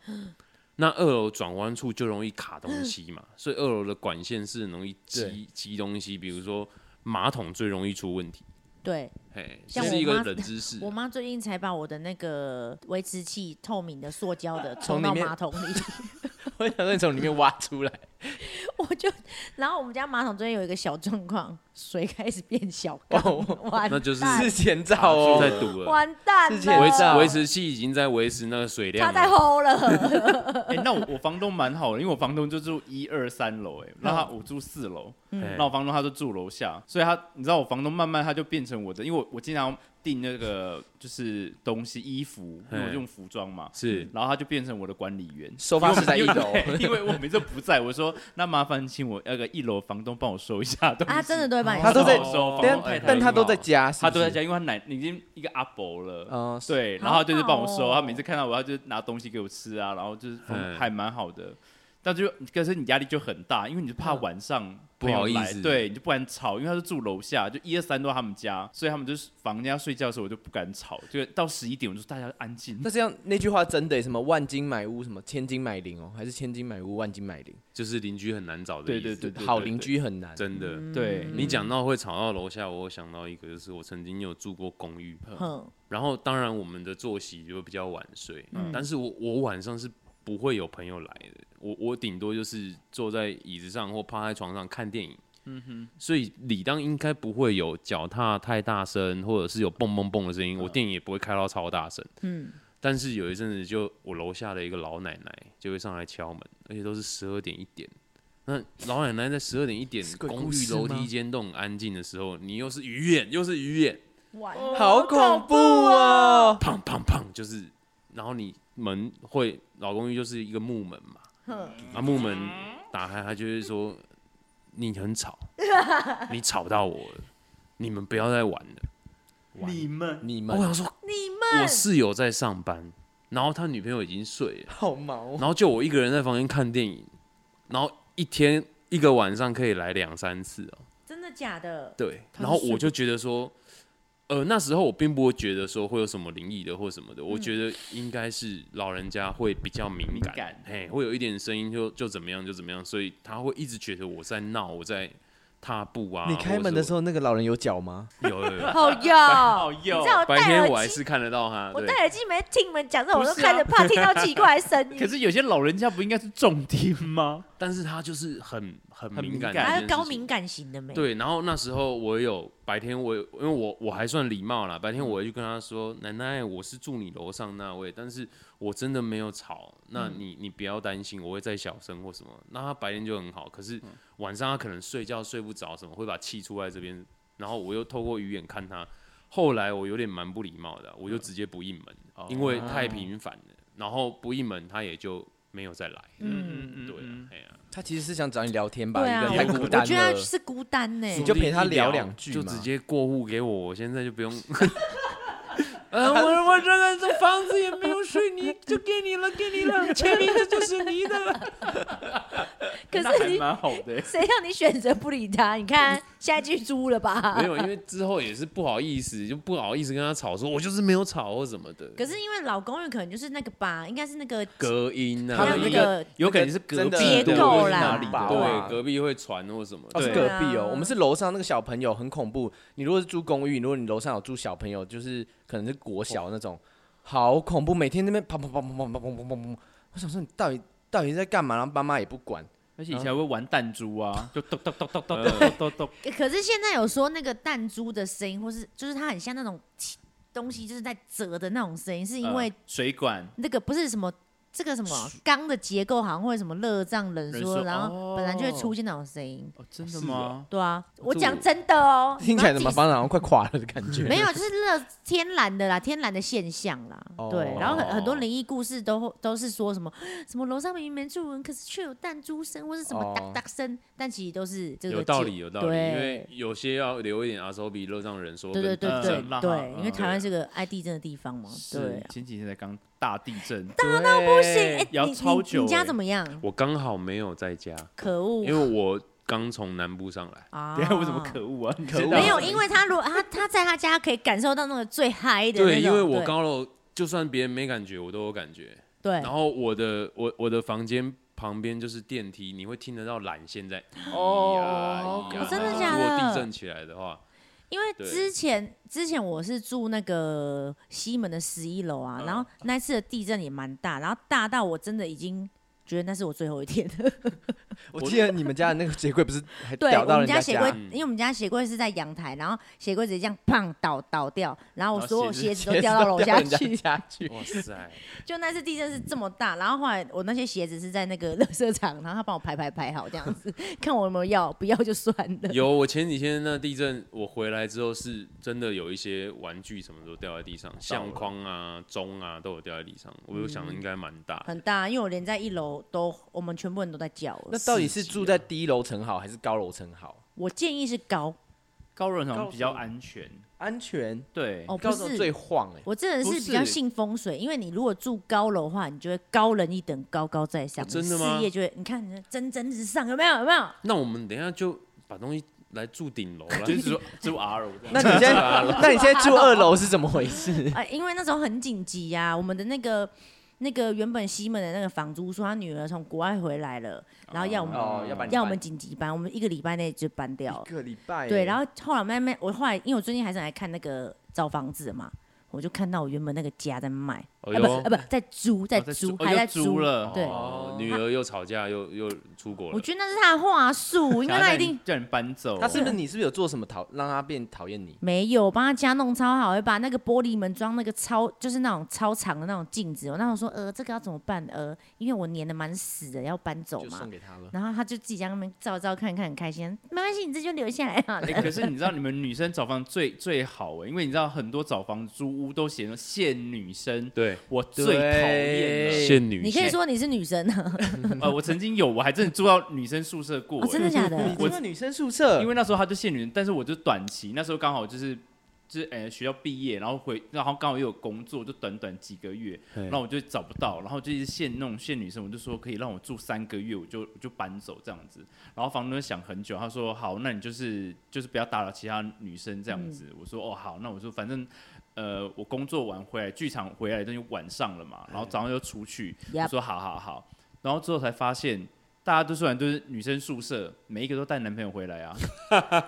S3: 那二楼转弯处就容易卡东 西嘛，所以二楼的管线是很容易
S5: 对
S3: 积积东西，比如说马桶最容易出问题。
S1: 对，
S3: 嘿，这
S1: 像
S3: 是
S1: 我
S3: 一个
S1: 妈
S3: 冷知 识。
S1: 我妈最近才把我的那个维持器透明的塑胶的
S5: 从
S1: 冲到
S5: 里面
S1: 马桶里，
S5: 我想说你从里面挖出来，
S1: 我就，然后我们家马桶最近有一个小状况，水开始变小缸，
S5: 哦
S1: 完
S3: 那就是
S1: 蛋
S5: 是前兆
S3: 住在
S5: 哦，
S3: 赌了。
S1: 完蛋
S5: 之前
S3: 维持
S4: 啊
S1: 了，
S3: 维持器已经在维持那个水
S1: 他
S3: 量
S1: 太
S3: 了，
S1: 齁了，
S4: 哎、那我我房东蛮好的，因为我房东就住一二三楼，哎，然后
S5: 嗯
S4: 他我住四楼，
S3: 哎
S4: 那我房东他就住楼下，所以他你知道我房东慢慢他就变成我的，因为我我经常订那个就是东西衣服，因为我
S3: 嘿
S4: 用服装嘛，嗯
S3: 是
S4: 然后他就变成我的管理员。
S5: 收发室在一
S4: 因为
S5: 楼，
S4: 对因为我每次不在，我说那麻烦请我那个一楼房东帮我收一下东西。
S1: 啊，真的都会帮你
S5: 他都在
S4: 收收，
S5: 但
S1: 哦
S4: 房东哎
S5: 但他都在
S4: 帮
S5: 家，
S4: 我，他都在
S5: 家，
S4: 家，因为他奶已经一个阿伯了。
S5: 嗯，是
S4: 对，然后他就是帮我
S1: 好
S4: 收，
S1: 好哦
S4: 他每次看到我，他就拿东西给我吃啊，然后就是
S3: 嗯
S4: 还蛮好的。但就可是你压力就很大，因为你就怕
S1: 嗯
S4: 晚上朋友
S3: 不好意
S4: 来
S3: 思
S4: 对，你就不敢吵，因为他是住楼下，就一二三都在他们家，所以他们就是房家睡觉的时候我就不敢吵，就到十一点我就大家安静
S5: 那。这样那句话真的什么万金买屋什么千金买邻哦，还是千金买屋万金买邻？
S3: 就是邻居很难找的
S4: 对
S3: 意思。
S4: 对对，对
S5: 好邻，居很难。
S3: 真
S4: 对
S3: 的。
S4: 对对，
S1: 嗯
S3: 你讲到会吵到楼下，我有想到一个，就是我曾经有住过公寓，
S1: 哼，
S3: 然后当然我们的作息就会比较晚睡，
S5: 嗯
S3: 但是我我晚上是不会有朋友来的，我我顶多就是坐在椅子上或趴在床上看电影，嗯哼，所以理当应该不会有脚踏太大声，或者是有蹦蹦蹦的
S5: 嗯
S3: 声音，我电影也不会开到超大声，
S1: 嗯，
S3: 但是有一阵子就我楼下的一个老奶奶就会上来敲门，而且都是十二点一点。那老奶奶在十二点一点
S5: 是鬼
S3: 公
S5: 故
S3: 寓
S5: 事吗
S3: 楼梯间都很安静的时候，你又是鱼眼又是鱼眼，
S1: 完
S5: 好恐怖哦！
S3: 砰砰砰，就是，然后你门会老公寓就是一个木门嘛，
S1: 哼，
S3: 啊木门打开，他就会说你很吵，你吵到我了，你们不要再玩了。
S4: 你们
S5: 你
S3: 我
S5: 们
S3: 想说，
S1: 你
S3: 我
S1: 们
S3: 室友在上班，然后他女朋友已经睡了，
S5: 好毛哦，
S3: 然后就我一个人在房间看电影，然后一天一个晚上可以来两三次哦、
S1: 真的假的？
S3: 对，
S4: 他
S3: 然后
S4: 是睡
S3: 我就觉得说，呃，那时候我并不会觉得说会有什么灵异的或什么的，
S1: 嗯
S3: 我觉得应该是老人家会比较敏
S4: 敏
S3: 感，
S4: 感
S3: 嘿，会有一点声音就就怎么样就怎么样，所以他会一直觉得我在闹，我在踏步啊。
S5: 你开门的时
S3: 候
S5: 候那个老人有脚吗？
S3: 有有有，
S1: 好哟，
S4: 好
S1: 你
S4: 哟
S1: 知，道我
S3: 白
S1: 戴
S3: 天
S1: 耳
S3: 我还
S1: 机，
S3: 是看得到他，
S1: 我
S3: 对
S1: 戴，耳机没听你们讲这，我都
S4: 不是啊
S1: 开始怕听到奇怪的 声音。
S4: 可是有些老人家不应该是重听吗？
S3: 但是他就是很很
S4: 很
S3: 敏
S4: 敏
S3: 感
S4: 感
S3: 这
S1: 还有
S3: 件事情，
S1: 高敏感型的没？
S3: 对，然后那时候我有白天我有，因为我我还算礼貌啦，白天我就跟他说：“奶奶，我是住你楼上那位，但是我真的没有吵，那你你不要担心，我会再小声或什么。”那他白天就很好，可是晚上他可能睡觉睡不着，什么会把气出来这边，然后我又透过鱼眼看他。后来我有点蛮不礼貌的，我就直接不应门，因为太频繁了，然后不应门他也就没有再来。
S1: 嗯，
S3: 对啊
S4: 嗯，
S3: 哎呀，
S5: 他其实是想找你聊天吧，
S1: 对
S5: 一
S1: 啊，我
S5: 个太孤单
S1: 我觉得
S5: 了
S1: 他。是孤单呢。
S5: 你就陪他
S3: 一聊
S5: 聊两句
S3: 就
S5: 嘛
S3: 直接过户给我，我现在就 不用。 呃，我我这个这房子也没有睡，你就给你 了，给你了，签名这就是你的。
S1: 可
S4: 那
S1: 是
S4: 还
S1: 你
S4: 蛮好 的。欸
S1: 谁让你选择不理他？你看现在去租了吧
S3: 没？有，因为之后也是不好意思，就不好意思跟他吵，说我就是没有吵或什么的。
S1: 可是因为老公寓可能就是那个吧，应该是那个
S3: 隔音啊，
S5: 他
S1: 有那
S5: 们那
S1: 个
S5: 个
S4: 有可能是隔
S5: 真
S4: 壁
S5: 的
S1: 结
S4: 的
S1: 构
S4: 或是
S1: 啦
S4: 哪里
S5: 吧
S4: 的，
S3: 对隔壁会传或什么
S5: 哦，
S3: 的。
S5: 是
S4: 对
S5: 隔
S1: 啊
S5: 壁哦，我们是楼上那个小朋友很恐怖。你如果是住公寓，如果你楼上有住小朋友，就是可能是国小那种，好恐怖，每天那边砰砰砰砰砰砰砰砰砰砰。我想说你到底到底在干嘛？然后爸妈也不管，
S4: 而且以前还会玩弹珠啊，就咚咚咚咚咚
S3: 嗯
S4: 咚咚咚。
S1: 可是现在有说那个弹珠的声音，或是就是它很像那种起东西就是在折的那种声音，是因
S5: 嗯
S1: 为
S4: 呃水管
S1: 那个不是什么这个什么钢的结构好像会什么热胀冷
S4: 冷
S1: 缩，
S4: 缩
S1: 然后本来就会
S4: 哦
S1: 出现那种声音。
S4: 哦，真的
S3: 是
S4: 吗？
S1: 对啊，我
S3: 这
S1: 讲
S3: 我
S1: 真的哦，
S5: 听起来
S1: 你
S5: 怎
S1: 不要
S5: 么
S1: 自己
S5: 方好像快垮了的感 觉。
S1: 没有，就是热天然的啦，天然的现象啦。
S5: 哦
S1: 对，然后很很多灵异故事都都是说什么什么楼上明明没住人，可是却有弹珠声或是什么
S5: 哦
S1: 哒哒声，但其实都是这个
S3: 有道
S1: 借
S3: 理，有哦道理，因
S1: 对
S3: 为有些要留一点阿手比热让人说。
S1: 对对对
S4: 呃
S1: 对
S4: 浪漫
S1: 对，因为
S4: 嗯
S1: 台湾是个爱地震的地方嘛，对
S4: 是
S1: 啊。
S4: 前几天才刚大地震，
S5: 大到不
S1: 不行，哎，
S4: 要
S1: 你
S4: 超
S1: 你
S4: 久
S1: 你家
S4: 欸
S1: 怎么样？
S3: 我刚好没有在家，
S1: 可
S3: 因为
S1: 恶
S3: 我刚从南部上来。
S1: 啊！
S4: 等一下 为什么可恶啊？你
S5: 可恶
S4: 知道
S1: 没有，
S4: 吗
S1: 因为他如果他他在他家可以感受到那个最嗨的那
S3: 对，因为
S1: 种
S3: 我
S1: 对
S3: 高楼，就算别人没感觉，我都有感觉。
S1: 对
S3: 然后我的我我的房间旁边就是电梯，你会听得到缆线在
S5: 哦
S3: 咿呀咿呀
S1: 真的假的
S3: 如果地震起来的话，
S1: 因为
S3: 对
S1: 之前之前我是住那个
S5: 嗯
S1: 西门的十一楼啊，然后那次的地震也蛮大，然后大到我真的已经觉得那是我最后一天。
S5: 我记得你们家的那个鞋柜不是还
S1: 对，
S5: 掉
S1: 我
S5: 到
S1: 们
S5: 人
S1: 家
S5: 家
S1: 鞋柜，因为我们家鞋柜是在阳台，然后鞋柜直接这样砰倒倒掉，然后我所有鞋子都掉到楼下
S5: 人家
S1: 去。
S5: 家 去，
S3: 哇塞，
S1: 就那次地震是这么大，然后后来我那些鞋子是在那个垃圾场，然后他帮我排排排好这样子， 看我有没有要，不要就算了。
S3: 有我前几天那地震，我回来之后是真的有一些玩具什么都掉在地上，相框啊、钟啊都有掉在地上，我有想应该蛮大的。
S1: 很大，因为我连在一楼都，我们全部人都在叫了
S5: 那。到底是住在低楼层好还是高楼层好？
S1: 我建议是高
S4: 高人好像比较安全，
S5: 安全，
S4: 对，
S1: 哦，
S5: 高
S1: 不
S5: 楼层最
S1: 是，
S5: 晃哎、
S1: 我这人
S4: 不
S1: 是
S4: 是
S1: 比较信风水，因为你如果住高楼的话，你就会高人一等，高高在上，
S3: 哦真的吗
S1: 你事业就会，你看你蒸蒸日上，有没有？有没有？
S3: 那我们等一下就把东西来住顶 楼了，
S4: 就是说住 R 这样
S5: 那你 现在，那你现在住二楼是怎么 回 事？
S1: 啊，因为那时候很紧急呀、我们的那个那个原本西门的那个房租说他女儿从国外回来了， 然后要我们、
S5: 哦，要不然
S1: 要我们紧急搬，我们一个礼拜内就搬掉了
S5: 一。个礼拜欸、
S1: 对，然后后来慢慢，我后来因为我最近还是来看那个找房子的嘛，我就看到我原本那个家在卖，啊
S3: 哎呦
S1: 不是啊不在租，在
S4: 哦在
S1: 租、
S4: 租
S1: 还
S4: 哦
S1: 在
S4: 又租了
S1: 对，
S3: 哦，女儿又吵架又又出国
S1: 我
S3: 了，
S1: 觉得那是他的话 术，因为
S4: 想要
S1: 他
S4: 叫
S1: 一定
S4: 你叫你搬走，
S5: 他是不是你是不是有做什么讨让他变讨厌你？
S1: 没有，我帮他家弄超好，会把那个玻璃门装那个超，就是那种超长的那种镜子。我那时候说，呃，这个要怎么办？呃，因为我粘的蛮死的，要搬走
S5: 就
S1: 嘛
S5: 送。给他了。
S1: 然后他就自己在那边照照看看，很开心。没关系，你这就留下来好了。
S4: 哎、可是你知道你们女生找房最最好哎、因为你知道很多找房租屋都写成限女生，
S3: 对，
S4: 我最讨厌了。
S3: 现女
S1: 你可以说你是女生啊，
S4: 呃，我曾经有，我还真的住到女生宿舍过、
S1: 哦真的假的？
S5: 我是女生宿舍，
S4: 因
S5: 为
S4: 为那时候他就限女生，但是我就短期，那时候刚好就是就是哎、学校毕业，然后回，然后刚好又有工作，就短短几个月，
S3: 嘿
S4: 然后我就找不到，然后就一直限那种限女生，我就说可以让我住三个月，我就我就搬走这样子。然后房东想很久，他说好，那你就是就是不要打扰其他女生这样子。我说哦好，那我说反正。呃，我工作完回来，剧场回来都就晚上了嘛，然后早上又出去，
S1: Yep
S4: 我说好好好，然后之后才发现，大家都虽然都是女生宿舍，每一个都带男朋友回来啊，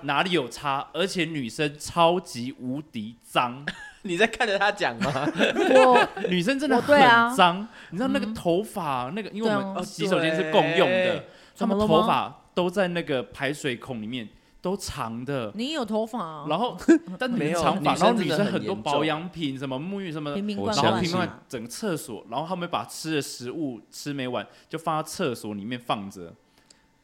S4: 哪里有差？而且女生超级无敌 脏，
S5: 你在看着他讲吗？
S1: 我
S4: 女生真的
S1: 哦对啊嗯
S4: 很脏，你知道那个头发，那个因为
S1: 对
S4: 我
S1: 啊
S4: 们哦洗手间是共用的
S5: 对，
S4: 他们头发都在那个排水孔里面，都长的。
S1: 你有头发、啊，
S4: 然后，但你
S5: 没
S4: 们
S5: 有
S4: 长发，
S5: 女
S4: 然后
S5: 生
S4: 女
S5: 真的
S4: 生
S5: 很
S4: 很多
S5: 严
S4: 保
S5: 重
S4: 养品，什么沐浴什么的
S1: 瓶，瓶
S3: 我
S1: 罐
S3: 相
S1: 罐
S4: 瓶
S3: 信
S1: 是
S4: 罐
S1: 吧
S4: 整个厕所，然后他们把吃的食物吃没完，就放到厕所里面放着。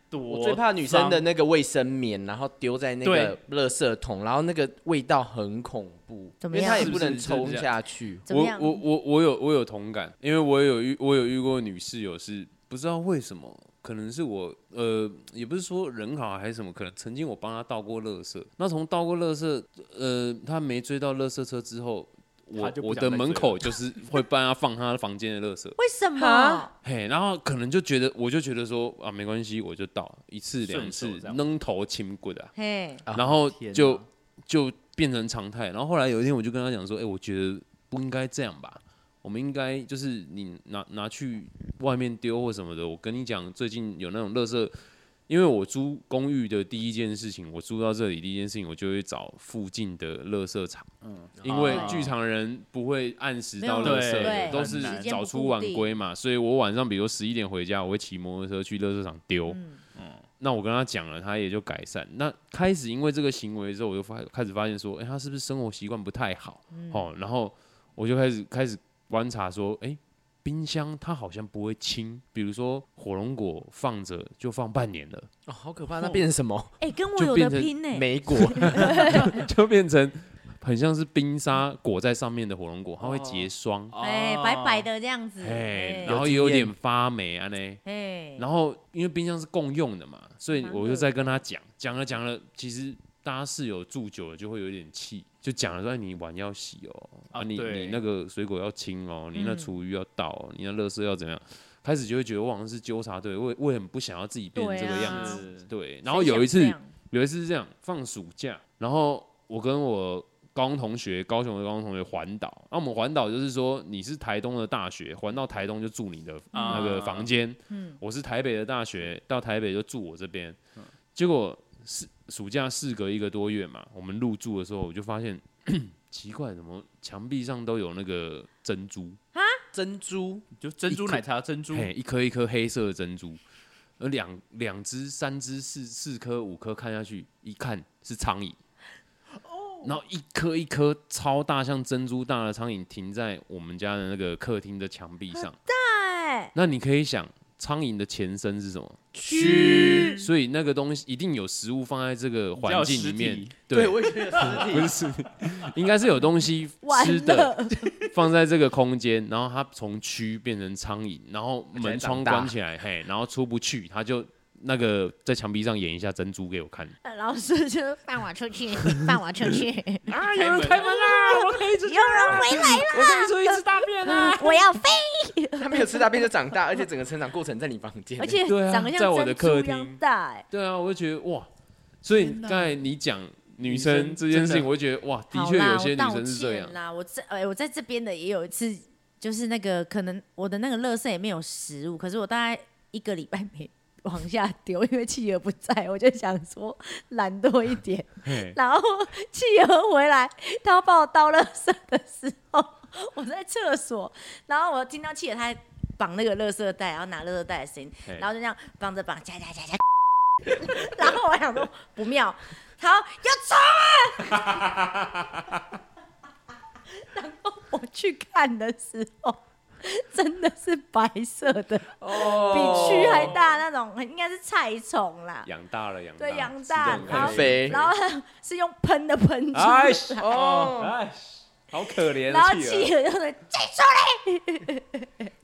S4: 多
S5: 我最怕女生的
S4: 脏
S5: 那个卫生棉，然后丢在那个垃圾桶，然后那个味道很恐怖，
S1: 怎么
S5: 因为它
S1: 样
S5: 也不能
S3: 是不是
S5: 冲下去。
S1: 怎么
S3: 我
S1: 样？
S3: 我我我有我有同感，因为我有遇我有遇过女室友是不知道为什么，可能是我呃也不是说人好还是什么，可能曾经我帮她倒过垃圾，那从倒过垃圾呃她没追到垃圾车之后，我
S4: 她就不
S3: 我
S4: 想
S3: 的
S4: 再
S3: 门
S4: 追
S3: 口就是会帮她放她房间的垃圾，
S1: 为什么
S5: 啊？
S3: 嘿，然后可能就觉得我就觉得说啊没关系，我就倒一次两
S4: 顺手
S3: 次
S4: 这样
S3: 扔头轻棍啊，
S1: 嘿，
S5: 啊
S3: 然后
S4: 天哪
S3: 就就变成常态。然后后来有一天，我就跟他讲说：“哎、我觉得不应该这样吧，我们应该就是你拿拿去外面丢或什么的。”我跟你讲，最近有那种垃圾，因为我租公寓的第一件事情，我租到这里第一件事情，我就会找附近的垃圾场，因为
S4: 哦
S3: 剧场人不会按时
S1: 没有
S3: 到垃圾
S4: 对
S3: 的，都
S4: 很
S3: 是
S4: 难
S3: 早出晚归嘛，所以我晚上比如十一点回家，我会骑摩托车去垃圾场丢。那我跟他讲了，他也就改善。那开始因为这个行为之后，我就发开始发现说，哎、他是不是生活习惯不太好？哦，然后我就开始开始观察说，哎、冰箱它好像不会清，比如说火龙果放着就放半年了，
S5: 哦，好可怕！那变成什么？
S1: 哎、跟我
S3: 就
S1: 有
S3: 变
S1: 的
S3: 成
S1: 拼呢、
S5: 梅果
S3: 就变成很像是冰沙裹在上面的火龙果，它会结霜，
S4: 啊
S1: 哎、白白，的这样子，
S3: 哎、
S1: 哎、
S3: 然后也有点发霉啊呢。
S1: 哎，
S3: 然后因为冰箱是共用的嘛，所以
S1: 蛮
S3: 我
S1: 恶
S3: 就在跟他讲，讲了讲了，其实大家室友住久了就会有点气，就讲了说哎你碗要洗哦，
S4: 啊
S3: 啊你
S4: 对
S3: 你那个水果要清哦，你那
S1: 嗯
S3: 厨余要倒、哦，你那垃圾要怎么样，开始就会觉得我好像是纠察队，我也我也很不想要自己变成这个
S1: 对啊
S3: 样子，
S4: 是
S3: 对。
S1: 谁
S3: 然后有
S1: 想这
S3: 一次
S1: 样
S3: 有一次是这样，放暑假，然后我跟我高中同学，高雄的高中同学环岛，啊那、我们环岛就是说你是台东的大学，环到台东就住你的那个房间，
S1: 嗯
S3: 我是台北的大学，到台北就住我这边，结果是暑假事隔一个多月嘛，我们入 住的时候我就发现奇怪，怎么墙壁上都有那个珍珠
S1: 啊？
S5: 珍珠，
S4: 就珍珠奶茶珍珠，
S3: 嘿，一颗一颗黑色的珍珠，而两两只、三只、四四颗、五颗看下去，一看是苍蝇。然后一颗一颗超大像珍珠大的苍蝇停在我们家的那个客厅的墙壁上。
S1: 哎，
S3: 那你可以想，苍蝇的前身是什么？
S1: 蛆
S3: 所以那个东西一定有食物放在这个环境
S4: 比较
S3: 里
S4: 有
S3: 面
S4: 实体，
S3: 对，
S5: 我也觉得
S3: 不是 实体，应该是有东西吃
S1: 完
S3: 的
S1: 了，
S3: 放在这个空间，然后它从蛆变成苍蝇，然后门
S5: 而且还长
S3: 窗
S5: 大
S3: 关起来，嘿，然后出不去，它就那个在墙壁上演一下珍珠给我看。
S1: 老师就放我出 去，放我出去，
S2: 啊，有人开门啦！我可以出，
S1: 有人 回来了，
S2: 我可以出一只大便啊！
S1: 我要飞，
S5: 他没有吃大便就长大，而且整个成长过程在你房间，哦
S1: 而且
S3: 对啊
S1: 长得
S3: 在
S1: 像
S3: 我的
S1: 珍
S3: 客
S1: 珠一样
S3: 厅
S1: 大，哎，
S3: 对啊，我就觉得哇，所以刚才你讲女生这件
S4: 真
S3: 事情，
S4: 的
S3: 我就觉得哇，的
S1: 好
S3: 确
S1: 啦，
S3: 有
S1: 我
S3: 些女
S1: 道
S3: 生是这
S1: 歉
S3: 样。
S1: 啦，我在哎、我在这边的也有一次，就是那个可能我的那个垃圾也没有食物，可是我大概一个礼拜没往下丢，因为企鹅不在，我就想说懒惰一点。 然后企鹅回来，他要帮我倒垃圾的时候，我在厕所，然后我听到企鹅他在绑那个垃圾袋，然后拿垃圾袋的声音，
S3: 嘿
S1: 然后就这样绑着绑，夹夹夹夹， 然后我想说不妙，他要冲啊！ 然后我去看的时候，真的是白色的，
S4: 哦
S1: 比蛆还大那种，应该是菜虫啦。
S3: 养大了，养大了
S1: 对，养大，
S3: 是
S1: 然
S3: 这种感
S1: 后
S5: 很
S3: 觉
S5: 肥
S1: 然后 是用喷的喷出来
S2: 哎，哦，哎，好可怜
S3: 啊
S1: 然后
S2: 的企鹅。
S1: 企鹅就会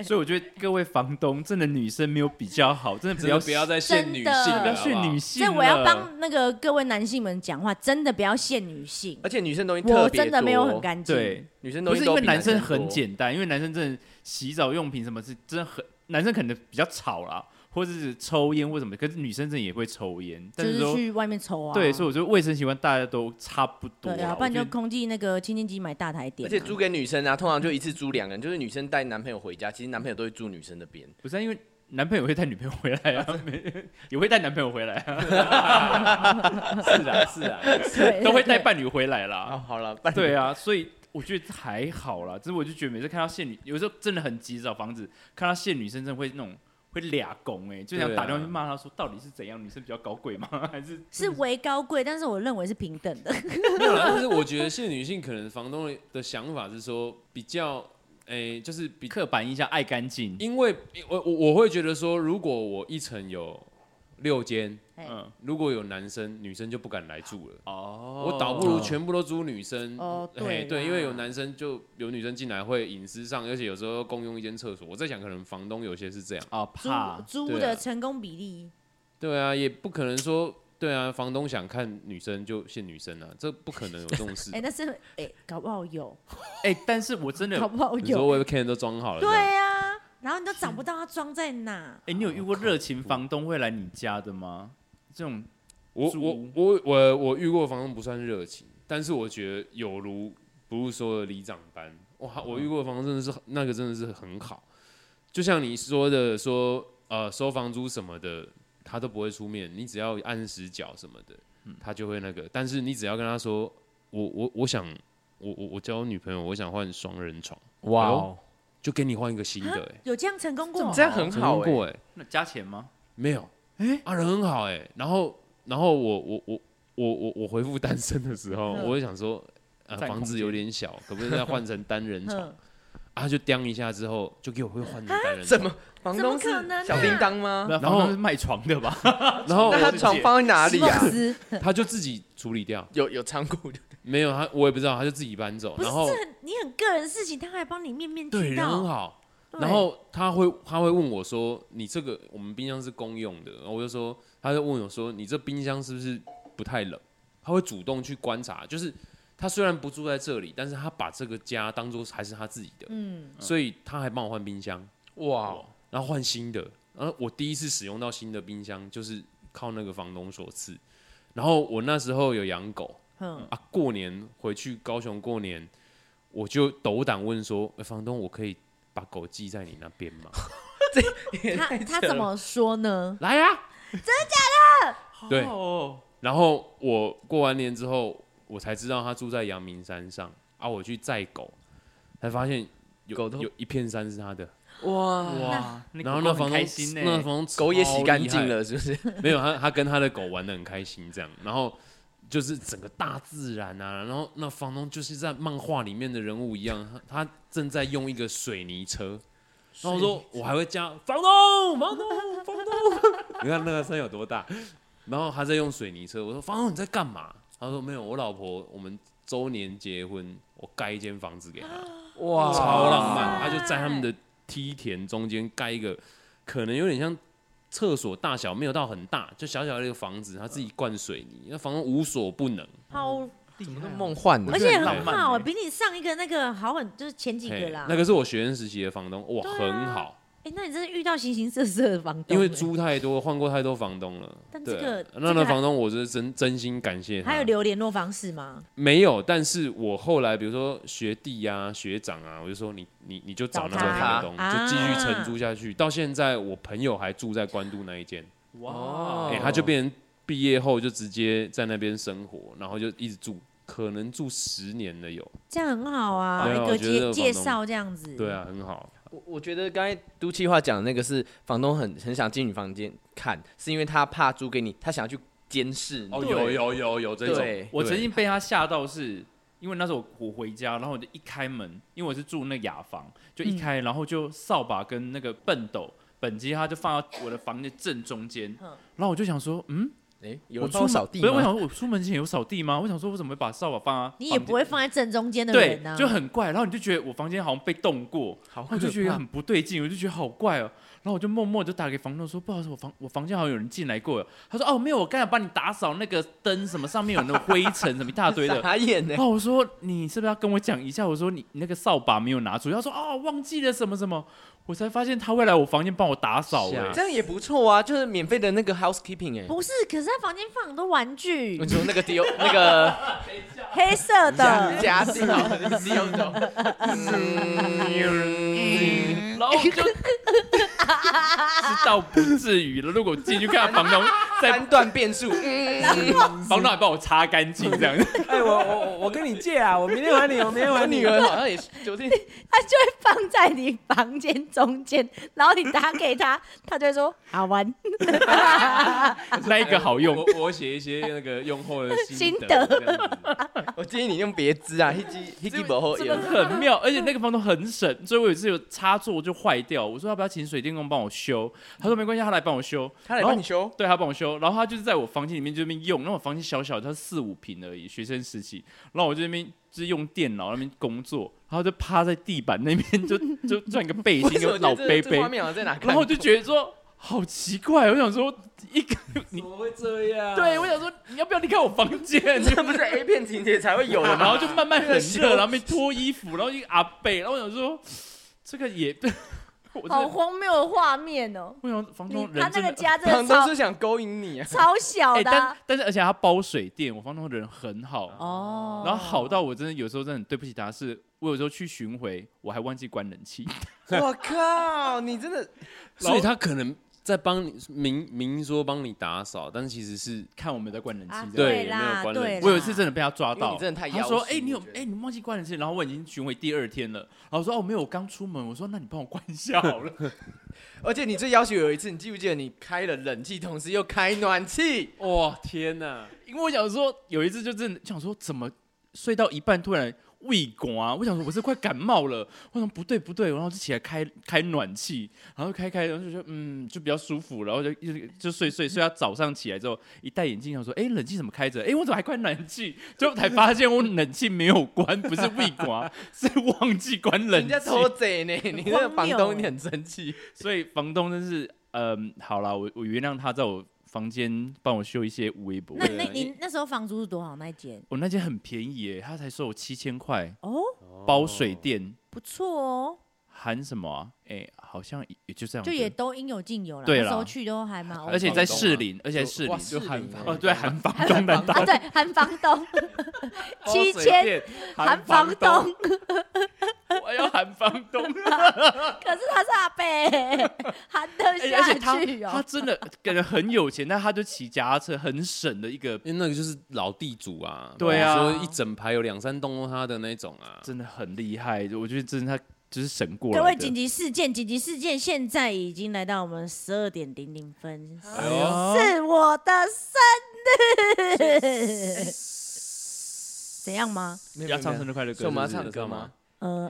S4: 所以我觉得各位房东，真的女生没有比较好，真的不
S3: 真
S4: 要
S3: 的不要再
S1: 真
S3: 限女
S1: 的
S3: 性了，
S4: 不要
S3: 好不
S4: 训
S3: 好
S4: 女性
S1: 所以
S4: 了。
S1: 我要帮那个各位男性们讲话，真的不要限女性，
S5: 而且女生东西特
S1: 我
S5: 别多，
S1: 真的没有很干净。
S4: 对，
S5: 女生
S4: 不
S5: 东
S4: 是
S5: 西
S4: 因
S5: 都
S4: 为
S5: 比
S4: 男
S5: 生
S4: 生很
S5: 简，
S4: 简单，因为男生真的洗澡用品什么是真的很，男生可能比较吵啦，或者是抽烟或什么，可是女生真的也会抽烟，
S1: 就
S4: 但是
S1: 是
S4: 说
S1: 去外面抽啊。
S4: 对，所以我觉得卫生习惯大家都差不多
S1: 对
S4: 啦。
S1: 啊，不然
S4: 我
S1: 就
S4: 觉得
S1: 空气那个清净机买大台点啊。
S5: 而且租给女生啊，通常就一次租两个人，就是女生带男朋友回家，其实男朋友都会住女生那边。
S4: 不是啊、因为男朋友会带女朋友回来啊，没也会带男朋友回来啊，
S2: 是啊，是啊，
S1: 对
S4: 都会带伴侣回来啦。
S5: 哦，好了，半
S4: 对啊，所以我觉得还好啦。只是我就觉得每次看到现女，有时候真的很急找房子，看到现女生真的会那种会俩拱哎，就想
S3: 对啊
S4: 打电话去骂她说到底是怎样，女生比较高贵吗？ 还是
S1: 是为高贵，但是我认为是平等的。
S3: 没有啦，但是我觉得现女性可能房东的想法是说比较，诶、就是比，
S4: 刻板印象爱干净？
S3: 因为我我我会觉得说，如果我一层有六间，
S1: 哎
S4: 嗯，
S3: 如果有男生，女生就不敢来住了。
S4: 哦
S3: 我倒不如全部都租女生。
S1: 哦对
S3: 嘿
S1: 啦
S3: 对，因为有男生就有女生进来会隐私上，而且有时候共用一间厕所。我在想，可能房东有些是这样。
S4: 啊怕
S1: 租
S3: 对
S1: 租
S3: 啊
S1: 的成功比例，
S3: 对啊，也不可能说。对啊，房东想看女生就限女生啊，这不可能有这种 事
S1: 哎、。但是哎、搞不好有，
S4: 哎、但是我真的
S1: 搞
S4: 有。
S1: 不好
S3: 你说
S1: 有，
S3: webcam 都装好了，
S1: 对
S3: 这样
S1: 啊，然后你都找不到它装在哪。
S4: 哎、你有遇过热情房东会来你家的吗？这种
S3: 我
S4: 租
S3: 我我我我遇过房东不算热情，但是我觉得有如不是说的里长般，哇，
S5: 嗯
S3: 我遇过的房东真的是那个真的是很好，就像你说的说呃收房租什么的，他都不会出面，你只要按时缴什么的，
S5: 嗯
S3: 他就会那个，但是你只要跟他说我我我想我我我交我女朋友，我想换双人床，
S5: 哇
S3: 哦，就给你换一个新的、欸，
S1: 有这样成功过吗？
S5: 这样啊很
S3: 成
S5: 好
S3: 功
S5: 哎、
S3: 过哎、
S4: 那加钱吗？
S3: 没有，哎、啊人很好哎、然后然后我我我我我我回复 单身的时候，
S1: 嗯
S3: 我就想说，呃，
S4: 占空
S3: 房子有点小，可不可以再换成单人床？
S1: 嗯啊
S3: 啊，他就叮一下之后，就给我会换成单人
S5: 怎
S3: 床。
S5: 么房东是
S1: 怎么可能啊
S5: 小叮当吗？
S4: 那
S3: 然
S4: 房
S3: 后
S4: 东是卖床的 吧？
S3: 然后
S5: 那他
S4: 我
S5: 床放在哪里啊？
S1: 梦思
S3: 他就自己处理掉，
S5: 有有仓库的，
S3: 没有他我也不知道，他就自己搬走。
S1: 不是
S3: 然后
S1: 这很你很个人事情，他还帮你面面
S3: 对
S1: 俱
S3: 人很
S1: 到。
S3: 好，
S1: 对
S3: 然后他会他会问我说：“你这个我们冰箱是公用的。”然后我就说，他就问我说：“你这冰箱是不是不太冷？”他会主动去观察，就是他虽然不住在这里，但是他把这个家当做还是他自己的，
S1: 嗯，
S3: 所以他还帮我换冰箱，
S5: 哇，
S3: 然后换新的。然后我第一次使用到新的冰箱，就是靠那个房东所赐。然后我那时候有养狗，
S1: 嗯，
S3: 啊，过年回去高雄过年，我就斗胆问说、欸房东，我可以把狗寄在你那边吗？
S1: 他他怎么说 呢？
S3: 来呀、
S4: 啊
S3: 真的假的？对。
S4: 哦，
S3: 然后我过完年之后，我才知道他住在阳明山上啊，我去载狗，才发现有
S5: 狗都
S3: 有一片山是他的，
S5: 哇，
S4: 哇，哦那
S3: 然
S4: 狗
S3: 后哦那
S4: 很
S3: 房东
S4: 开心欸呢，
S3: 那房东
S5: 狗也洗
S3: 超
S5: 干
S3: 厉
S5: 净
S3: 害，
S5: 了，是不是？
S3: 没有他他跟他的狗玩的很开心这样，然后就是整个大自然啊，然后那房东就是在漫画里面的人物一样，他他正在用一个水泥车，然后我说我还会加房东房东房东，你看那个声有多大，然后他在用水泥车，我说房东你在干嘛？他说没有，我老婆我们周年结婚，我盖一间房子给她。
S5: 哇
S3: 超浪漫。他就在他们的梯田中间盖一个，可能有点像厕所大小，没有到很大，就小小的一个房子，他自己灌水泥，那房东无所不能。
S1: 好，
S5: 怎么那么梦幻呢
S1: 而？
S4: 觉得
S1: 且
S4: 很
S1: 很
S4: 浪
S1: 好、
S4: 漫
S1: 欸，
S4: 欸
S1: 比你上一个那个好很，就是前几个
S3: 嘿
S1: 啦。
S3: 那个是我学生时期的房东，哇，
S1: 对啊
S3: 很好，
S1: 哎、那你真的遇到形形色色的房东、
S3: 因为
S1: 欸
S3: 租太多，换过太多房东了。
S1: 但
S3: 对啊
S1: 这个这
S3: 那
S1: 个
S3: 那
S1: 还
S3: 房东，我是真真心感谢他。
S1: 还有留联络方式吗？
S3: 没有，但是我后来比如说学弟啊、学长啊，我就说你你你就找那
S1: 找
S3: 个
S1: 他
S3: 房东，
S1: 啊
S3: 就继续承租下去。到现在，我朋友还住在关渡那一间。
S4: 哇，哦
S3: 哎、他就变成毕业后就直接在那边生活，然后就一直住，可能住十年了有。
S1: 这样很好啊，
S3: 没
S1: 一
S3: 有
S1: 个
S3: 我觉得这
S1: 介介
S3: 个房东
S1: 绍这样子。
S3: 对，啊，很好。
S5: 我我觉得刚才都气话讲的那个是房东很很想进你房间看，是因为他怕租给你，他想要去监视你。
S3: 哦有有有有这
S5: 对
S4: 我曾经被他吓到是，因为那时候我我回家，然后我就一开门，因为我是住那雅房，就一
S1: 嗯
S4: 开，然后就扫把跟那个笨斗本机，他就放到我的房间正中间，
S1: 嗯
S4: 然后我就想说，嗯，
S5: 哎，有
S4: 我
S5: 人
S4: 出
S5: 帮我
S4: 门
S5: 扫地
S4: 不是，我
S5: 吗？
S4: 想说我出门前有扫地吗？我想说，我怎么会把扫把放啊？
S1: 你也不会放在正中间的
S4: 对
S1: 人啊，，
S4: 就很怪。然后你就觉得我房间好像被动过，
S5: 好
S4: 然后我就觉得很不对劲，我就觉得好怪哦。然后我就默默就打给房东说，不好意思，我房我房间好像有人进来过。他说，哦，没有，我刚才帮你打扫那个灯什么，上面有那个灰尘什么一大堆 的。
S5: 傻眼欸呢
S4: 然。后我说你是不是要跟我讲一下？我说你你那个扫把没有拿出，他说哦忘记了什么什么，我才发现他会来我房间帮我打扫、
S3: 是啊
S4: 欸。
S5: 这样也不错啊，就是免费的那个 housekeeping 哎、
S1: 不是，可是他房间放很多玩具
S5: 我，说那个 丢那个
S1: 黑色的。
S5: 家 具，嗯
S4: 然后我就知道不至于了。如果进去看房东在
S5: 三段变数。
S4: 房东还帮我擦干净这样子，
S2: 哎，我我我我跟你借啊，我明天还你，我明天
S5: 我
S2: 还你
S5: 女。儿好像也是酒店，
S1: 他就会放在你房间中间，然后你打给他，他就会说好玩。
S4: 那一个好用
S3: 我。我写一些那个用后的
S1: 心得
S3: 得这样子，
S5: 我建议你用别枝啊，一基一基不后
S4: 真的很妙，而且那个房东很省，所以我有一次有插座就坏掉，我说要不要请水电工帮我修？他说没关系，他来帮我修。
S5: 他来帮你修，
S4: 对他帮我修，然后他就是在我房间里面就在那边用，那我房间小小的，他四五平而已，学生时期，然后我就在那边就是用电脑那边工作，然后就趴在地板那边就 就穿一个背心跟老背 背
S5: 画，面好像在哪看过？
S4: 然后我就觉得说好奇怪，我想说一个
S2: 怎
S4: 你
S2: 么会这样？
S4: 对我想说你要不要离开我房 间？
S5: 这不是 A 片情节才会 有的
S4: 然
S5: 吗？
S4: 后就慢慢很热，然后没脱衣服，然后一个阿贝，然后我想说这个也， 我真
S1: 好
S4: 的
S1: 荒谬的画面哦！
S4: 我想房
S1: 你
S4: 东
S1: 他
S4: 人
S1: 那
S4: 真
S1: 个
S4: 的呃
S1: 家真
S5: 房
S1: 的
S5: 东
S1: 超
S5: 是想勾引你啊，
S1: 超小
S4: 哎，
S1: 的啊、
S4: 但但是而且他包水电，我房东人很好。
S1: 哦
S4: 然后好到我真的有时候真的很对不起他，是我有时候去巡回，我还忘记关冷气。
S5: 我靠，你真的
S3: 所以他可能在帮你明明说帮你打扫，但其实是
S4: 看我们在关冷气
S1: 啊，
S4: 这样。
S1: 对啦，
S3: 没有关冷
S1: 对啦，
S4: 我有一次真的被他抓
S5: 因为
S4: 到，
S5: 你真的太
S4: 他
S5: 妖
S4: 说：“
S5: 术
S4: 哎、你有
S5: 我觉得
S4: 哎、你忘记关冷气。”然后我已经巡回第二天了，然后我说：“哦，没有，我刚出门。”我说：“那你帮我关一下好了。
S5: 而且你最要求有一次，你记不记得你开了冷气，同时又开暖气？
S3: 哇天哪！”
S4: 因为我想说，有一次就真的想说，怎么睡到一半突然胃管啊？我想说我是快感冒了，我想不对不对，然后就起来开开暖气，然后开开，然后就觉得嗯就比较舒服，然后就就 就睡睡睡到早上起来之后，一戴眼镜想说，哎、冷气怎么开着？哎、我怎么还关冷气？最后才发现我冷气没有关，不是胃管，啊是忘记关冷
S5: 人
S4: 气
S5: 家。偷贼呢，你那个
S1: 荒
S5: 房
S1: 谬
S5: 东
S1: 欸
S5: 你很生气。
S4: 所以房东真是，嗯，好啦，我我原谅他在我房间帮我修一些微博。
S1: 那那
S3: 对
S1: 你那时候房租是多少那一间？
S4: 哦我那间很便宜耶，他才收我七千块，
S1: 哦，
S4: 包水电
S1: 不错哦，
S4: 含什么啊？哎、好像也也就这样子，
S1: 就也都应有尽有了。
S4: 对啦
S1: 那时候去都还蛮 OK，
S4: 而且在
S3: 房东啊
S4: 士林，而且在士
S5: 哇
S4: 林
S5: 士林
S4: 含
S5: 欸
S4: 哦，对，含房东的
S1: 啊，对，含房东七千，含房东，
S4: 我要含房 东，
S1: 可是他是阿 伯，含得
S4: 哎而且
S1: 下
S4: 他
S1: 去
S4: 他
S1: 哦。
S4: 真的感觉很有钱，但他就骑脚踏车很省的一 个，
S3: 因为那个就是老地主啊，
S4: 对啊
S3: 说一整排有两三栋都他的那种啊，
S4: 真的很厉害。我觉得真的他就是审过来
S1: 各
S4: 的。
S1: 位紧急事件，紧急事件，现在已经来到我们十二点零零分，
S3: 哎呦，
S1: 是我的生日，怎样吗？
S3: 没有
S4: 要唱生日快乐歌，
S5: 所以我们要
S4: 是不
S5: 唱
S4: 是
S5: 歌吗？
S1: 呃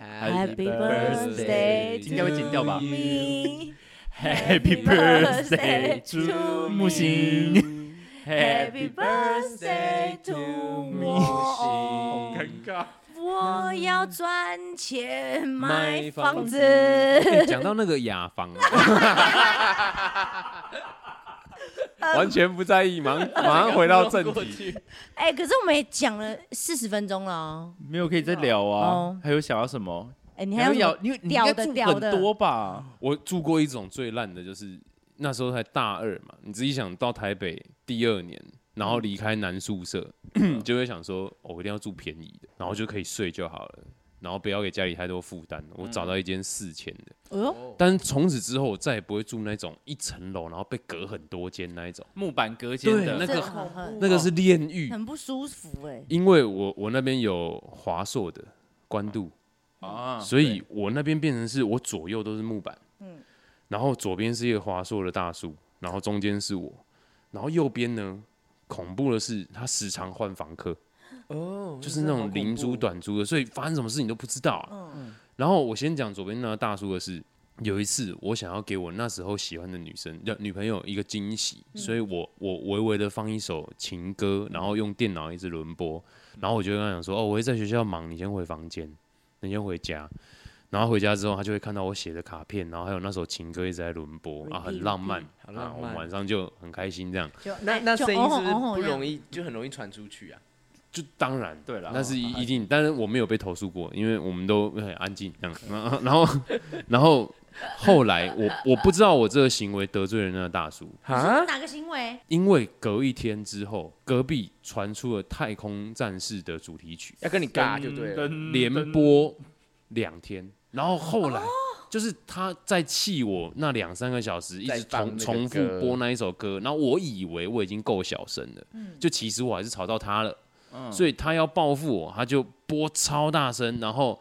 S1: ，Happy
S5: Happy birthday
S1: birthday，
S4: 应该会剪掉吧
S1: to me
S4: Happy birthday to 木 星
S1: Happy birthday to
S4: 好
S1: 我，
S4: 尴尬。
S1: 我要赚钱买
S3: 买房
S1: 房子。
S3: 哎讲到那个雅房 啊，完全不在意，马 上马上回到正题。
S1: 哎、可是我们也讲了四十分钟了哦。
S4: 没有可以再聊啊
S1: 哦，
S4: 还有想要什么？
S1: 哎、你
S4: 你
S1: 还有
S4: 要
S1: 什
S4: 聊
S1: 么，
S4: 因为你
S1: 屌的
S4: 应该住
S1: 屌的
S4: 很多吧？
S3: 我住过一种最烂的，就是那时候才大二嘛，你自己想到台北第二年，然后离开男宿舍，你 就会想说，哦我一定要住便宜的，然后就可以睡就好了，然后不要给家里太多负担。我找到一间四千的，
S1: 哎呦，
S3: 但是从此之后我再也不会住那种一层楼，然后被隔很多间那一种，
S4: 木板隔间的
S3: 对那
S1: 这
S3: 个
S1: 很很
S3: 那个是炼狱。
S1: 很不舒服哎、
S3: 因为我我那边有华硕的官渡，
S4: 啊，嗯
S3: 所以我那边变成是我左右都是木板，然后左边是一个华硕的大叔，然后中间是我，然后右边呢，恐怖的是他时常换房客，
S5: 哦，
S3: 就是那种
S5: 零
S3: 零租，短租的，所以发生什么事情都不知道、啊。
S5: 嗯
S3: 然后我先讲左边那个大叔的事。有一次，我想要给我那时候喜欢的女生、呃女朋友一个惊喜，
S5: 嗯
S3: 所以我我微微的放一首情歌，然后用电脑一直轮播，
S5: 嗯
S3: 然后我就跟他讲说：“哦，我会在学校忙，你先回房间，你先回家。”然后回家之后，他就会看到我写的卡片，然后还有那首情歌一直在轮播，啊，很浪漫，
S5: 好浪漫
S3: 啊我们晚上就很开心这样。
S1: 就
S5: 那
S1: 哎
S5: 那
S1: 就
S5: 声音
S1: 哦
S5: 是
S1: 吼
S5: 不是
S1: 哦吼
S5: 不
S1: 这样
S5: 容易，就很容易传出去啊。
S3: 就当然
S4: 对啦
S3: 那是一
S4: 哦
S3: 一定，但是我没有被投诉过，因为我们都很安静这样。
S4: 嗯
S3: 然后， 然后后来我我不知道我这个行为得罪了那个大叔，
S5: 啊，
S1: 哪个行为？
S3: 因为隔一天之后，隔壁传出了《太空战士》的主题曲，
S5: 要跟你尬就对了。
S1: 嗯
S4: 噔
S3: 连。播两天，然后后
S1: 哦
S3: 来。就是他在气我那两三个小时，一
S5: 在
S3: 直
S5: 放
S3: 重
S5: 那个
S3: 重复
S5: 歌
S3: 播那一首歌，然后我以为我已经够小声了，就其实我还是吵到他了。
S4: 嗯
S3: 所以他要报复我，他就播超大声，然后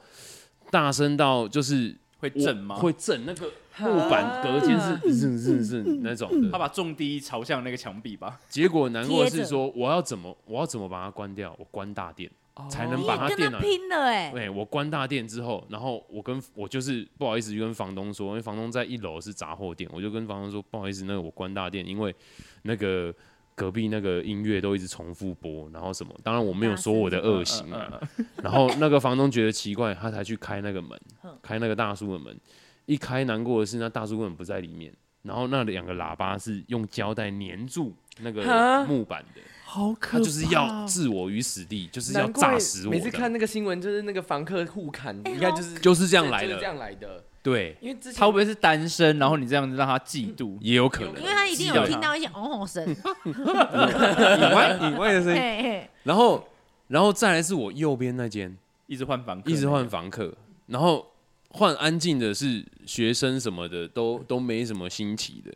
S3: 大声到就是
S4: 会
S3: 我
S4: 震吗？
S3: 会震那个木板隔间
S1: 嗯
S3: 是是是是那种
S4: 他
S3: 的。
S4: 把重低朝向那个墙壁吧。
S3: 结果难过的
S1: 贴
S3: 是
S1: 着哦
S3: 说，我要怎么我要怎么把它关掉？我关大电才能
S1: 你
S3: 把
S1: 也
S3: 它
S1: 跟
S3: 电脑
S1: 他。拼了哎、
S3: 对，我关大电之后，然后我跟我就是不好意思跟房东说，因为房东在一楼是杂货店，我就跟房东说不好意思，那个我关大电，因为那个隔壁那个音乐都一直重复播，然后什么，当然我没有说我的恶
S4: 嗯
S3: 行啊， 然后那个房东觉得奇怪，他才去开那个门，开那个大叔的门。一开，难过的是那大叔根本不在里面，然后那两个喇叭是用胶带粘住那个木板的，
S4: 好可
S3: 他就是要置我于死地，就是要
S5: 难怪
S3: 炸死我
S5: 每次看
S3: 的，
S5: 那个新闻，就是那个房客互砍，应该就是
S3: 就是这样来
S5: 哎就是这
S3: 的。
S5: 样来的。
S3: 对，
S5: 因为之前
S4: 他会不会是单身？然后你这样子让他嫉妒？
S3: 也有可能
S1: 因为他一定有听到一些哦吼 声，
S3: 以外以外的声音。
S1: 嘿嘿
S3: 然后，然后再来是我右边那间，
S4: 一直换房客，
S3: 一直换房客，然后换安静的是学生什么的，都都没什么新奇的。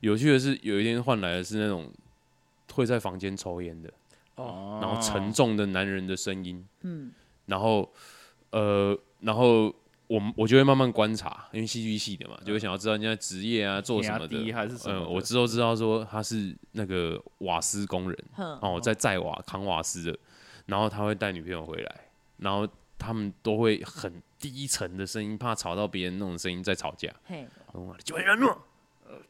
S3: 有趣的是，有一天换来的是那种会在房间抽烟的，
S4: 哦，
S3: 然后沉重的男人的声音，嗯，然后呃，然后我们我就会慢慢观察，因为戏剧系的嘛，就会想要知道人家职业啊，做什么
S4: 压低
S3: 的。
S4: 还是什么
S3: 嗯，
S4: 的？
S3: 我之后知道说他是那个瓦斯工人，
S1: 哼，
S3: 哦，在载瓦扛瓦斯的，然后他会带女朋友回来，然后他们都会很低沉的声音，怕吵到别人那种声音在吵架。
S1: 嘿，
S3: 嗯就会乱弄， 呃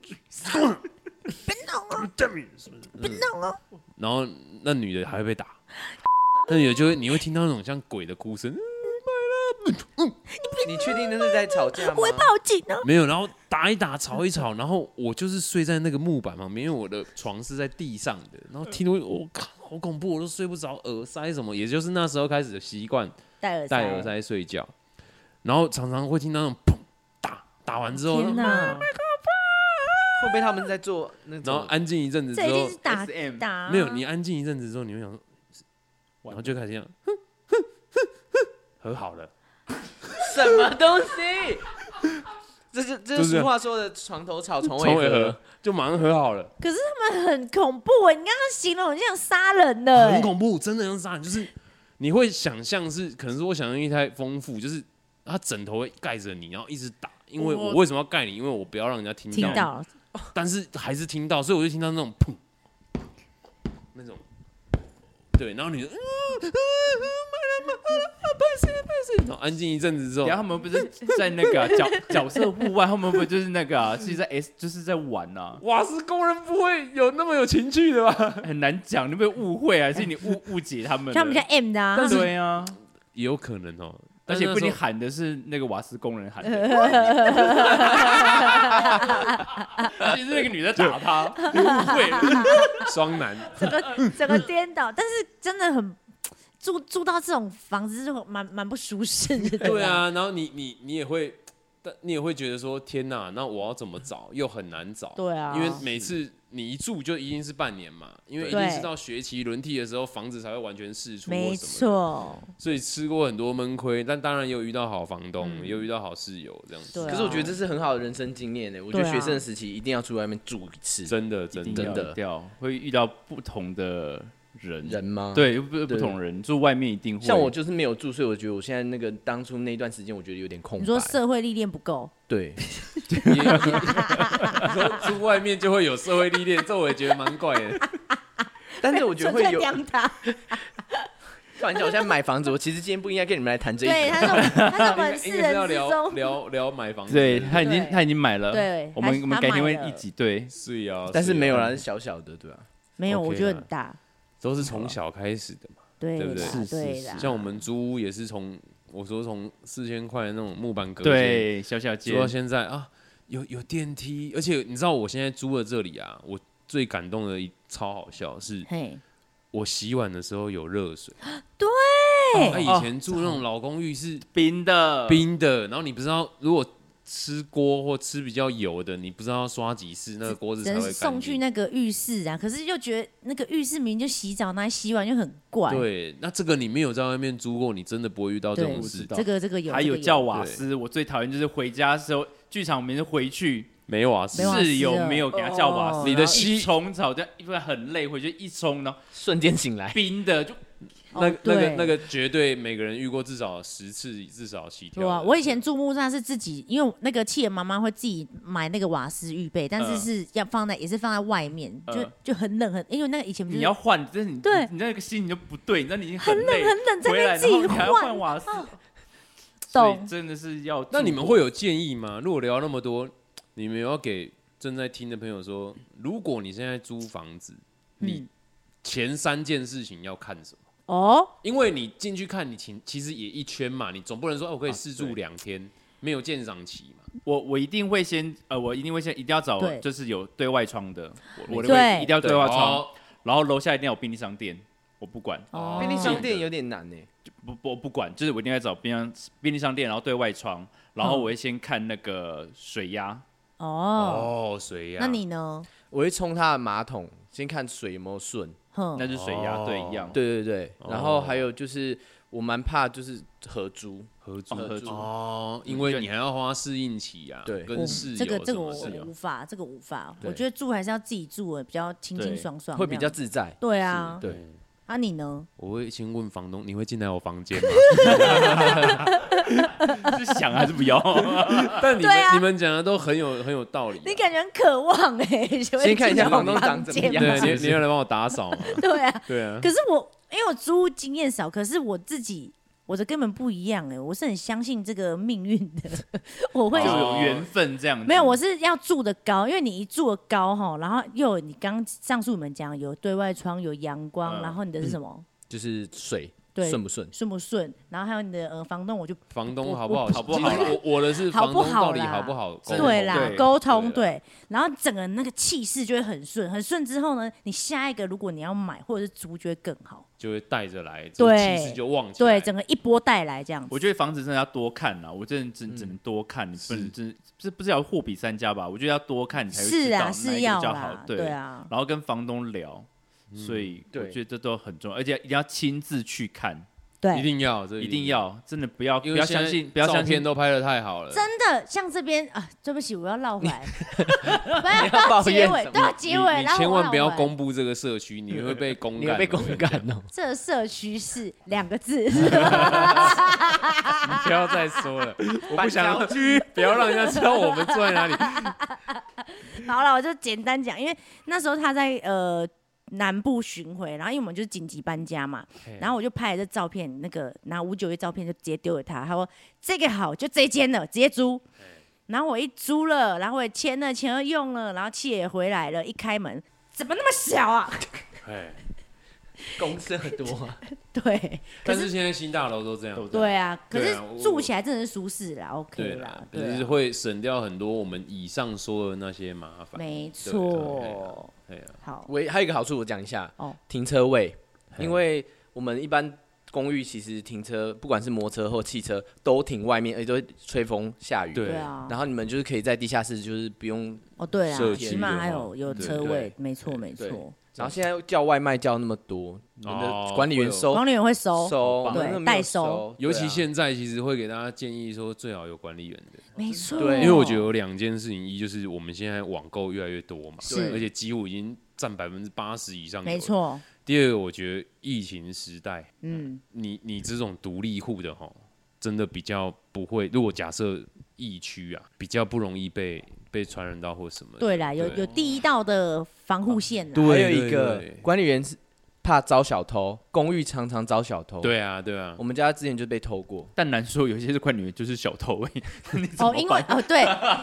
S3: 别弄哦，别弄哦。然后那女的还会 被打，那女的就会你会听到那种像鬼的哭声，
S5: 你确定那是在吵架吗？
S1: 我会报警哦。
S3: 没有，然后打一打，吵一吵，然后我就是睡在那个木板旁边，因为我的床是在地上的，然后听到
S1: 嗯
S3: 我靠、好恐怖，我都睡不着，耳塞什么，也就是那时候开始的习惯，
S1: 戴耳
S3: 戴耳塞睡觉，然后常常会听到那种砰打打完之后，
S1: 天
S3: 哦
S1: 哪，
S5: 会不会他们在做那
S3: 然后
S5: 种？
S3: 安静一阵子之
S1: 这一
S3: 后
S1: 定是，打
S4: SM
S1: 打，
S3: 没有你安静一阵子之后，你会想说，然后就开始这样，哼哼哼哼，和好了，
S5: 什么东西？ 这就这就
S3: 就是
S5: 是俗话说的“床头吵，床
S3: 重
S5: 尾和
S3: 合就马上和好了，
S1: 可是他们很恐怖哎、你刚刚形容很像杀人的、欸，
S3: 很恐怖，真的像杀人，就是你会想象是，可能是我想象力太丰富，就是。他枕头会盖着你，然后一直打。因为
S4: 我
S3: 我为什么要盖你？因为我不要让人家听
S1: 听到了，
S3: 但是还是听到，所以我就听到那种砰，那种，对，然后你就，嗯嗯嗯，妈了妈了，不是不是，然后安静一阵子之后
S4: 然，后他们不是在那个啊、角 角色户外，他们不就是那个、啊，自己在 S 就是在玩啊，
S3: 瓦斯工人不会有那么有情趣的吧？
S4: 很难讲，你被误会啊还是你误误解他们了？
S1: 像我们家 M 的啊，
S4: 对啊，
S3: 也有可能哦，
S1: 呃
S4: 而且
S3: 但是那
S4: 不仅
S3: 时候
S4: 喊的是那个瓦斯工人 喊的，其实那个女的 打他，你误会了。
S3: 双男，
S1: 整个嗯整个颠倒，但是真的很住住到这种房子就蛮蛮不舒适的。
S3: 对，啊，然后你你你也会，但你也会觉得说，天哪，那我要怎么找？又很难找，
S1: 对啊，
S3: 因为每次你一住就一定是半年嘛，因为一定
S1: 对
S3: 是到学期轮替的时候，房子才会完全释出，
S1: 没错，
S3: 所以吃过很多闷亏，但当然也有遇到好房东，也有遇到好室友这样子。
S1: 嗯对啊
S5: 可是我觉得这是很好的人生经验呢。欸我觉得
S1: 对啊
S5: 学生时期一定要出外面住一次，
S3: 真的真的
S5: 真的
S4: 掉会遇到不同的人，
S5: 人吗？。
S4: 对不不
S5: 对
S4: 同人住外面一定会。
S5: 像我就是没有住，所以我觉得我现在那个当初那段时间，我觉得有点空
S1: 你
S5: 白。
S1: 说社会历练不够，
S5: 对，
S3: 也也说住外面就会有社会历练，这我也觉得蛮怪的。
S5: 但是我觉得会
S1: 在
S5: 有。
S1: 刁他。
S5: 开玩笑，我现在买房子，我其实今天不应该跟你们来谈这一
S1: 对，
S5: 题。
S1: 他是我们他是我 们
S3: 应
S1: 四
S3: 该是要
S1: 人之
S3: 聊
S1: 中，
S3: 聊聊买房子，
S4: 对他已经
S1: 对
S4: 他已经买了，
S1: 对
S4: 我
S1: 他
S4: 们我们
S1: 他
S4: 改天会
S1: 买了
S4: 一起对。
S3: 是啊，
S5: 但是没有
S3: 啊
S5: 啦，是小小的，对吧？啊
S1: 没有，
S3: OK
S1: 我觉得很大。
S3: 都是从小开始的嘛。
S1: 对
S3: 对不
S1: 啦
S3: 对是
S1: 对啦，
S3: 像我们租屋也是从我说从四千块的那种木板隔间
S4: 对，小小
S3: 租
S4: 姐
S3: 到，现在啊，有有电梯，而且你知道我现在租的这里啊，我最感动的一超好笑是，
S1: 嘿，
S3: 我洗碗的时候有热水。
S1: 对
S3: 哦他以前住那种老公寓是
S4: 冰的，
S5: 哦
S3: 冰的，然后你不知道如果吃锅或吃比较油的，你不知道要刷几次那个锅子
S1: 只
S3: 才
S1: 能
S3: 会干
S1: 是
S3: 净
S1: 送去那个浴室啊，可是又觉得那个浴室明明就洗澡，拿来洗碗就很怪。
S3: 对，那这个你没有在外面租过，你真的不会遇到这
S1: 对
S3: 种事。
S1: 这个这个有，
S4: 还
S1: 这
S4: 有
S1: 个
S4: 叫瓦斯，我最讨厌就是回家的时候，剧场每次回去，
S3: 没有啊，
S1: 没有瓦斯
S4: 室友
S1: 了
S4: 没有给他叫瓦斯，
S3: 哦你的
S4: 然后
S3: 吸
S4: 一冲吵架，因为很累，回去一冲，然后
S5: 瞬间醒来，
S4: 冰的就
S1: 哦
S3: 那那个
S1: 对
S3: 那个绝对每个人遇过至少十次至少起跳
S1: 对
S3: 的。
S1: 啊，我以前住木栅是自己，因为那个气的妈妈会自己买那个瓦斯预备，但是
S4: 嗯
S1: 是要放在也是放在外面，
S4: 嗯
S1: 就就很冷很，因为那个以前不是
S4: 你要换，但是你
S1: 嗯对
S4: 你那个心你就不对，你知道你已经很累，
S1: 很冷在那
S4: 回
S1: 边
S4: 来
S1: 自
S4: 然后
S1: 己哦
S4: 你还要换瓦斯，所以
S1: 懂
S4: 真的是要。
S3: 那你们会有建议吗？如果聊那么多，你们要给正在听的朋友说，如果你现在租房子，你
S1: 嗯
S3: 前三件事情要看什么？
S1: 哦，
S3: 因为你进去看，你其其实也一圈嘛，你总不能说、哦、我可以试
S4: 对
S3: 住两天，没有鉴赏期嘛。
S4: 我我一定会先呃，我一定会先一定要找
S1: 对哎
S4: 就是有对外窗的，我我的
S1: 对
S4: 位置一定要对外窗，
S3: 哦
S4: 然后楼下一定要有便利商店，我不管，
S1: 哦
S5: 便利商店有点难呢。
S4: 不不我不管，就是我一定要找便利商便利商店，然后对外窗，然
S1: 嗯
S4: 后我会先看那个水压，
S1: 哦，
S3: 哦，水呀、
S1: 那你呢？
S5: 我会冲他的马桶，先看水有没有顺。
S1: 哼
S4: 那，是水压
S3: 哦
S4: 对一样，
S5: 对对对，然后还有就是，我蛮怕就是合租，
S3: 合租
S4: 哦合租
S3: 哦，因为你还要花适应期啊，
S5: 对
S1: 我
S3: 跟室友
S1: 这个
S3: 什
S1: 这个
S3: 么啊
S1: 我
S3: 室友
S1: 无法，这个无法，
S5: 对
S1: 我觉得住还是要自己住欸的，比较清清
S4: 对
S1: 爽爽，
S5: 会比较。自在。
S1: 对啊，
S5: 对，
S1: 啊你呢？
S3: 我会先问房东，你会进来我 房间吗？
S4: 是想还是不 要？
S3: 但你们、
S1: 对啊
S3: 你们讲的都很有很有道理啊、
S1: 你感觉很渴望 哎，
S5: 先看一下
S1: 房
S5: 房东长怎么样
S3: 对，你你要来帮我打扫吗？
S1: 对啊，
S3: 对啊，
S1: 可是我因为我租屋经验少，可是我自己我的根本不一样哎、我是很相信这个命运的， 我会
S4: 就
S3: 哦
S4: 有缘分这样子。
S1: 没有，我是要住的高，因为你一住的高哈，然后又有你刚上述你们讲有对外窗有阳光，
S4: 嗯
S1: 然后你的是什么
S5: 就是水
S1: 对
S5: 顺不顺？
S1: 顺不顺，然后还有你的呃房东我就
S3: 房东好不好？
S4: 我好不好
S3: 其实我我的是
S1: 好
S3: 房
S1: 不
S3: 东
S1: 好
S3: 到底
S1: 啦
S3: 好不好？沟通
S1: 对啦
S4: 对
S1: 沟通
S3: 对
S1: 对，然后整个那个气势就会很顺，很顺之后呢，你下一个如果你要买或者是租就会更好，
S3: 就会带着来，
S1: 对
S3: 这个气势就旺起来。
S1: 对，整个一波带来这样子。
S4: 我觉得房子真的要多看啊啦，我真的只
S1: 嗯
S4: 只能多看，你不能真这不是要货比三家吧？我觉得要多看你才会知
S1: 是
S4: 道
S1: 啊，
S4: 哪一个
S1: 是
S4: 比
S1: 要
S4: 较
S1: 啦
S4: 好，，
S1: 对。啊，
S4: 然后
S3: 嗯
S4: 跟房东聊，所以我
S5: 对
S4: 觉得这都很重要，而且一定要亲自去看。
S3: 一
S1: 对，
S3: 定要，这
S4: 一定，要真的不要不
S3: 因为
S4: 要
S3: 现在
S4: 相信，不要
S3: 照
S4: 相
S3: 片
S4: 信。
S3: 都拍的太好了，
S1: 真的像这边啊，对不起，我要绕回来，没有
S5: 你要
S1: 到
S5: 抱
S1: 结
S5: 怨
S1: 尾，
S5: 什么
S1: 到
S3: 你
S1: 结尾，
S3: 你
S1: 然后
S3: 千
S1: 我
S3: 万不要
S1: 绕回来
S3: 公布这个社区， 你会被公
S5: 你
S3: 干
S5: 会被
S3: 的，
S5: 公干哦。
S1: 这社区是两个字，
S3: 不要再说了，我不想 不要让人家知道我们住在哪里。
S1: 好了，我就简单讲，因为那时候他在呃南部巡回，然后因为我们就是紧急搬家嘛， 然后我就拍了这照片，那个拿五九一照片就直接丢给他，他说这个好，就这间了，直接租。
S3: 哎
S1: 然后我一租了，然后我也签了，钱又用了，然后气也回来了，一开门怎么那么小啊？
S3: 哎，
S5: 公司很多啊，
S1: 对，可
S3: 但
S1: 是
S3: 是现在新大楼都这样，
S1: 对啊，可
S3: 对
S1: 是
S3: 啊我
S1: 住起来真的是舒适啦，OK
S3: 对
S1: 啦
S3: 啦，，可
S1: 对
S3: 是
S1: 啊，
S3: 会省掉很多我们以上说的那些麻烦。
S1: 没
S3: 对啊对啊
S1: 错，
S3: 对啊，
S1: 好，
S5: 我还有一个好处，我讲一下
S1: 哦
S5: 停车位，
S3: 嘿
S5: 因为我们一般公寓其实停车，不管是摩托车或汽车，都停外面，而且都会吹风下雨。
S3: 对
S1: 对啊，
S5: 然后你们就是可以在地下室，就是不用。
S1: 哦对
S3: 社
S1: 啊，
S3: 区
S1: 起码
S3: 的
S1: 还
S3: 话
S1: 有有
S3: 对
S1: 车
S5: 对
S1: 位，没错没
S5: 对
S1: 错，
S5: 然后现在叫外卖叫那么多，你们
S3: 哦
S5: 的管理员
S3: 会有
S5: 收
S1: 管理员会收，对
S5: 收，我们那没有
S1: 代收
S5: 收，
S3: 尤其
S5: 对啊
S3: 现在其实会给大家建议说，最好有管理员的，
S1: 没错，
S5: 对
S3: 因为我觉得有两件事情，一就是我们现在网购越来越多嘛，
S1: 是
S3: 而且几乎已经占百分之八十以上，
S1: 没。错，
S3: 第二个，我觉得疫情时代，
S1: 嗯，
S3: 你你这种独立户的哈，真的比较不会。如果假设疫区啊，比较不容易被被传染到或什么。
S1: 对啦，有有第一道的防护线啊啦，
S3: 对
S5: 啊还有一
S3: 对
S5: 个
S3: 对
S5: 管理员是怕招小偷，公寓常常招小偷。，
S3: 对啊，对啊
S1: 哦
S5: 我，们家之前就被偷过。
S4: 但难说，有些是怪女人就是小偷哎、 你 怎么
S1: 哦，因为
S4: 办
S1: 哦对，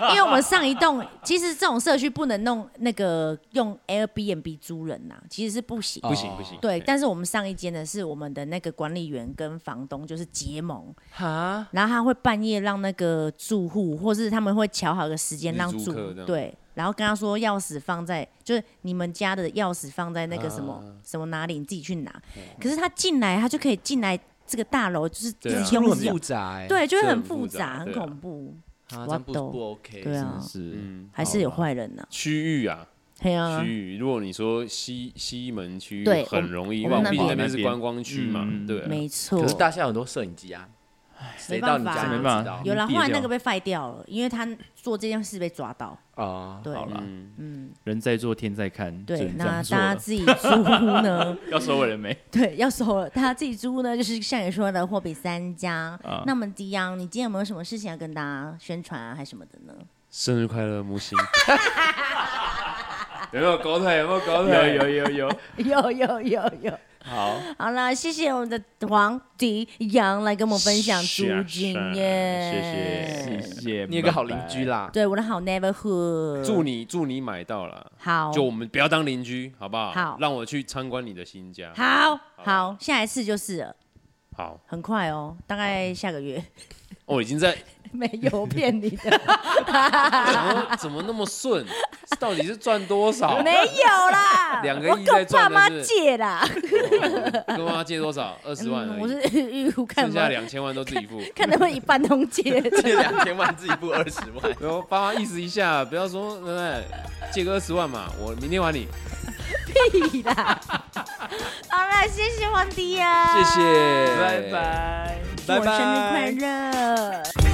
S1: 因为我们上一栋 其实这种社区不能弄那个用 Airbnb 租人呐，其实是不行。
S5: 哦
S3: 不行不行。
S1: 对，
S3: 嘿
S1: 但是我们上一间的是我们的那个管理员跟房东就是结盟，
S5: 哈，
S1: 然后他会半夜让那个住户，或是他们会瞧好个时间
S3: 日
S1: 让
S3: 租
S1: 住
S3: 客
S1: 户
S3: 这样
S1: 对，然后跟他说钥匙放在，就是你们家的钥匙放在那个什么、
S3: 啊
S1: 什么哪里，你自己去拿。
S3: 哦
S1: 可是他进来，他就可以进来这个大楼，就是一
S3: 对啊
S1: 直
S5: 路
S1: 用
S5: 很复杂哎。
S1: 对，就会
S3: 这
S1: 很
S3: 很复
S1: 复
S3: 杂
S1: 杂，很
S3: 对啊
S1: 恐怖，
S5: 啊，这样不
S1: 我懂
S5: 不 OK。
S1: 对啊，
S4: 是
S3: 嗯，
S1: 还是有坏人呢、
S3: 区域啊，
S1: 嘿啊
S3: 区，域。如果你说西西门区域
S1: 对
S3: 很容易，
S1: 我
S3: 因
S1: 们
S3: 为
S1: 那
S3: 毕竟
S1: 边
S3: 那边是观光区嘛
S4: 嗯，
S3: 对啊。
S1: 没错
S5: 可。是大厦有很多摄影机啊，谁到你
S1: 没办
S5: 家
S1: 法
S5: 不
S1: 没
S5: 知
S4: 办
S5: 道
S4: 法
S1: 有啦，
S4: 毙
S1: 后来那
S4: 掉
S1: 个被废掉了，因为他做这件事被抓到。
S5: 啊？
S1: 对，
S4: 好啦
S3: 嗯，
S1: 嗯，
S4: 人在做天在看，只
S1: 对。
S4: 能这
S1: 那
S4: 样说
S1: 大家
S4: 了。
S1: 自己住户呢？
S4: 要收尾了没？
S1: 对，要收了。他自己租呢，就是像你说的货比三家。
S4: 啊
S1: 那么迪昂，你今天有没有什么事情要跟大家宣传啊，还什么的呢？
S3: 生日快乐，木星。 有没有狗腿？有没有狗
S4: 有
S3: 腿？
S4: 有有有，
S1: 有有有有。
S4: 好，
S1: 好啦，谢谢我们的黄迪阳来跟我们分享租
S3: 是啊
S1: 金
S3: 是啊
S1: 耶。
S4: 谢。谢。
S5: 你有个好邻居
S4: 拜 拜，
S5: 啦，
S1: 对，我的好 neighborhood。
S3: 祝你祝你买到了。
S1: 好。
S3: 就我们不要当邻居，好不好？
S1: 好
S3: 让我去参观你的新家。
S1: 好好，下一次就是了，
S3: 好，
S1: 很快哦，大概下个月。
S3: 我已经在
S1: 没有骗你的，
S3: 怎么怎么那么顺？到底是赚多少？ 啊
S1: 没有啦。
S3: 两个
S1: 我
S3: 亿在
S1: 跟爸
S3: 赚的
S1: 妈
S3: 是
S1: 借啦。
S3: 跟妈借多少？二十万而
S1: 嗯，我是
S3: 已，
S1: 预估看
S3: 剩
S1: 吧
S3: 下，两千万都自己付。。
S1: 看能不能一半通借。
S5: 借两千万自己付二十万
S3: 然后爸妈意思一下，不要说对不对？借个二十万嘛，我明天还你。
S1: 屁 啦！好了，谢谢皇帝呀、啊
S3: 谢谢，
S4: 拜拜。
S1: 祝我生日快乐。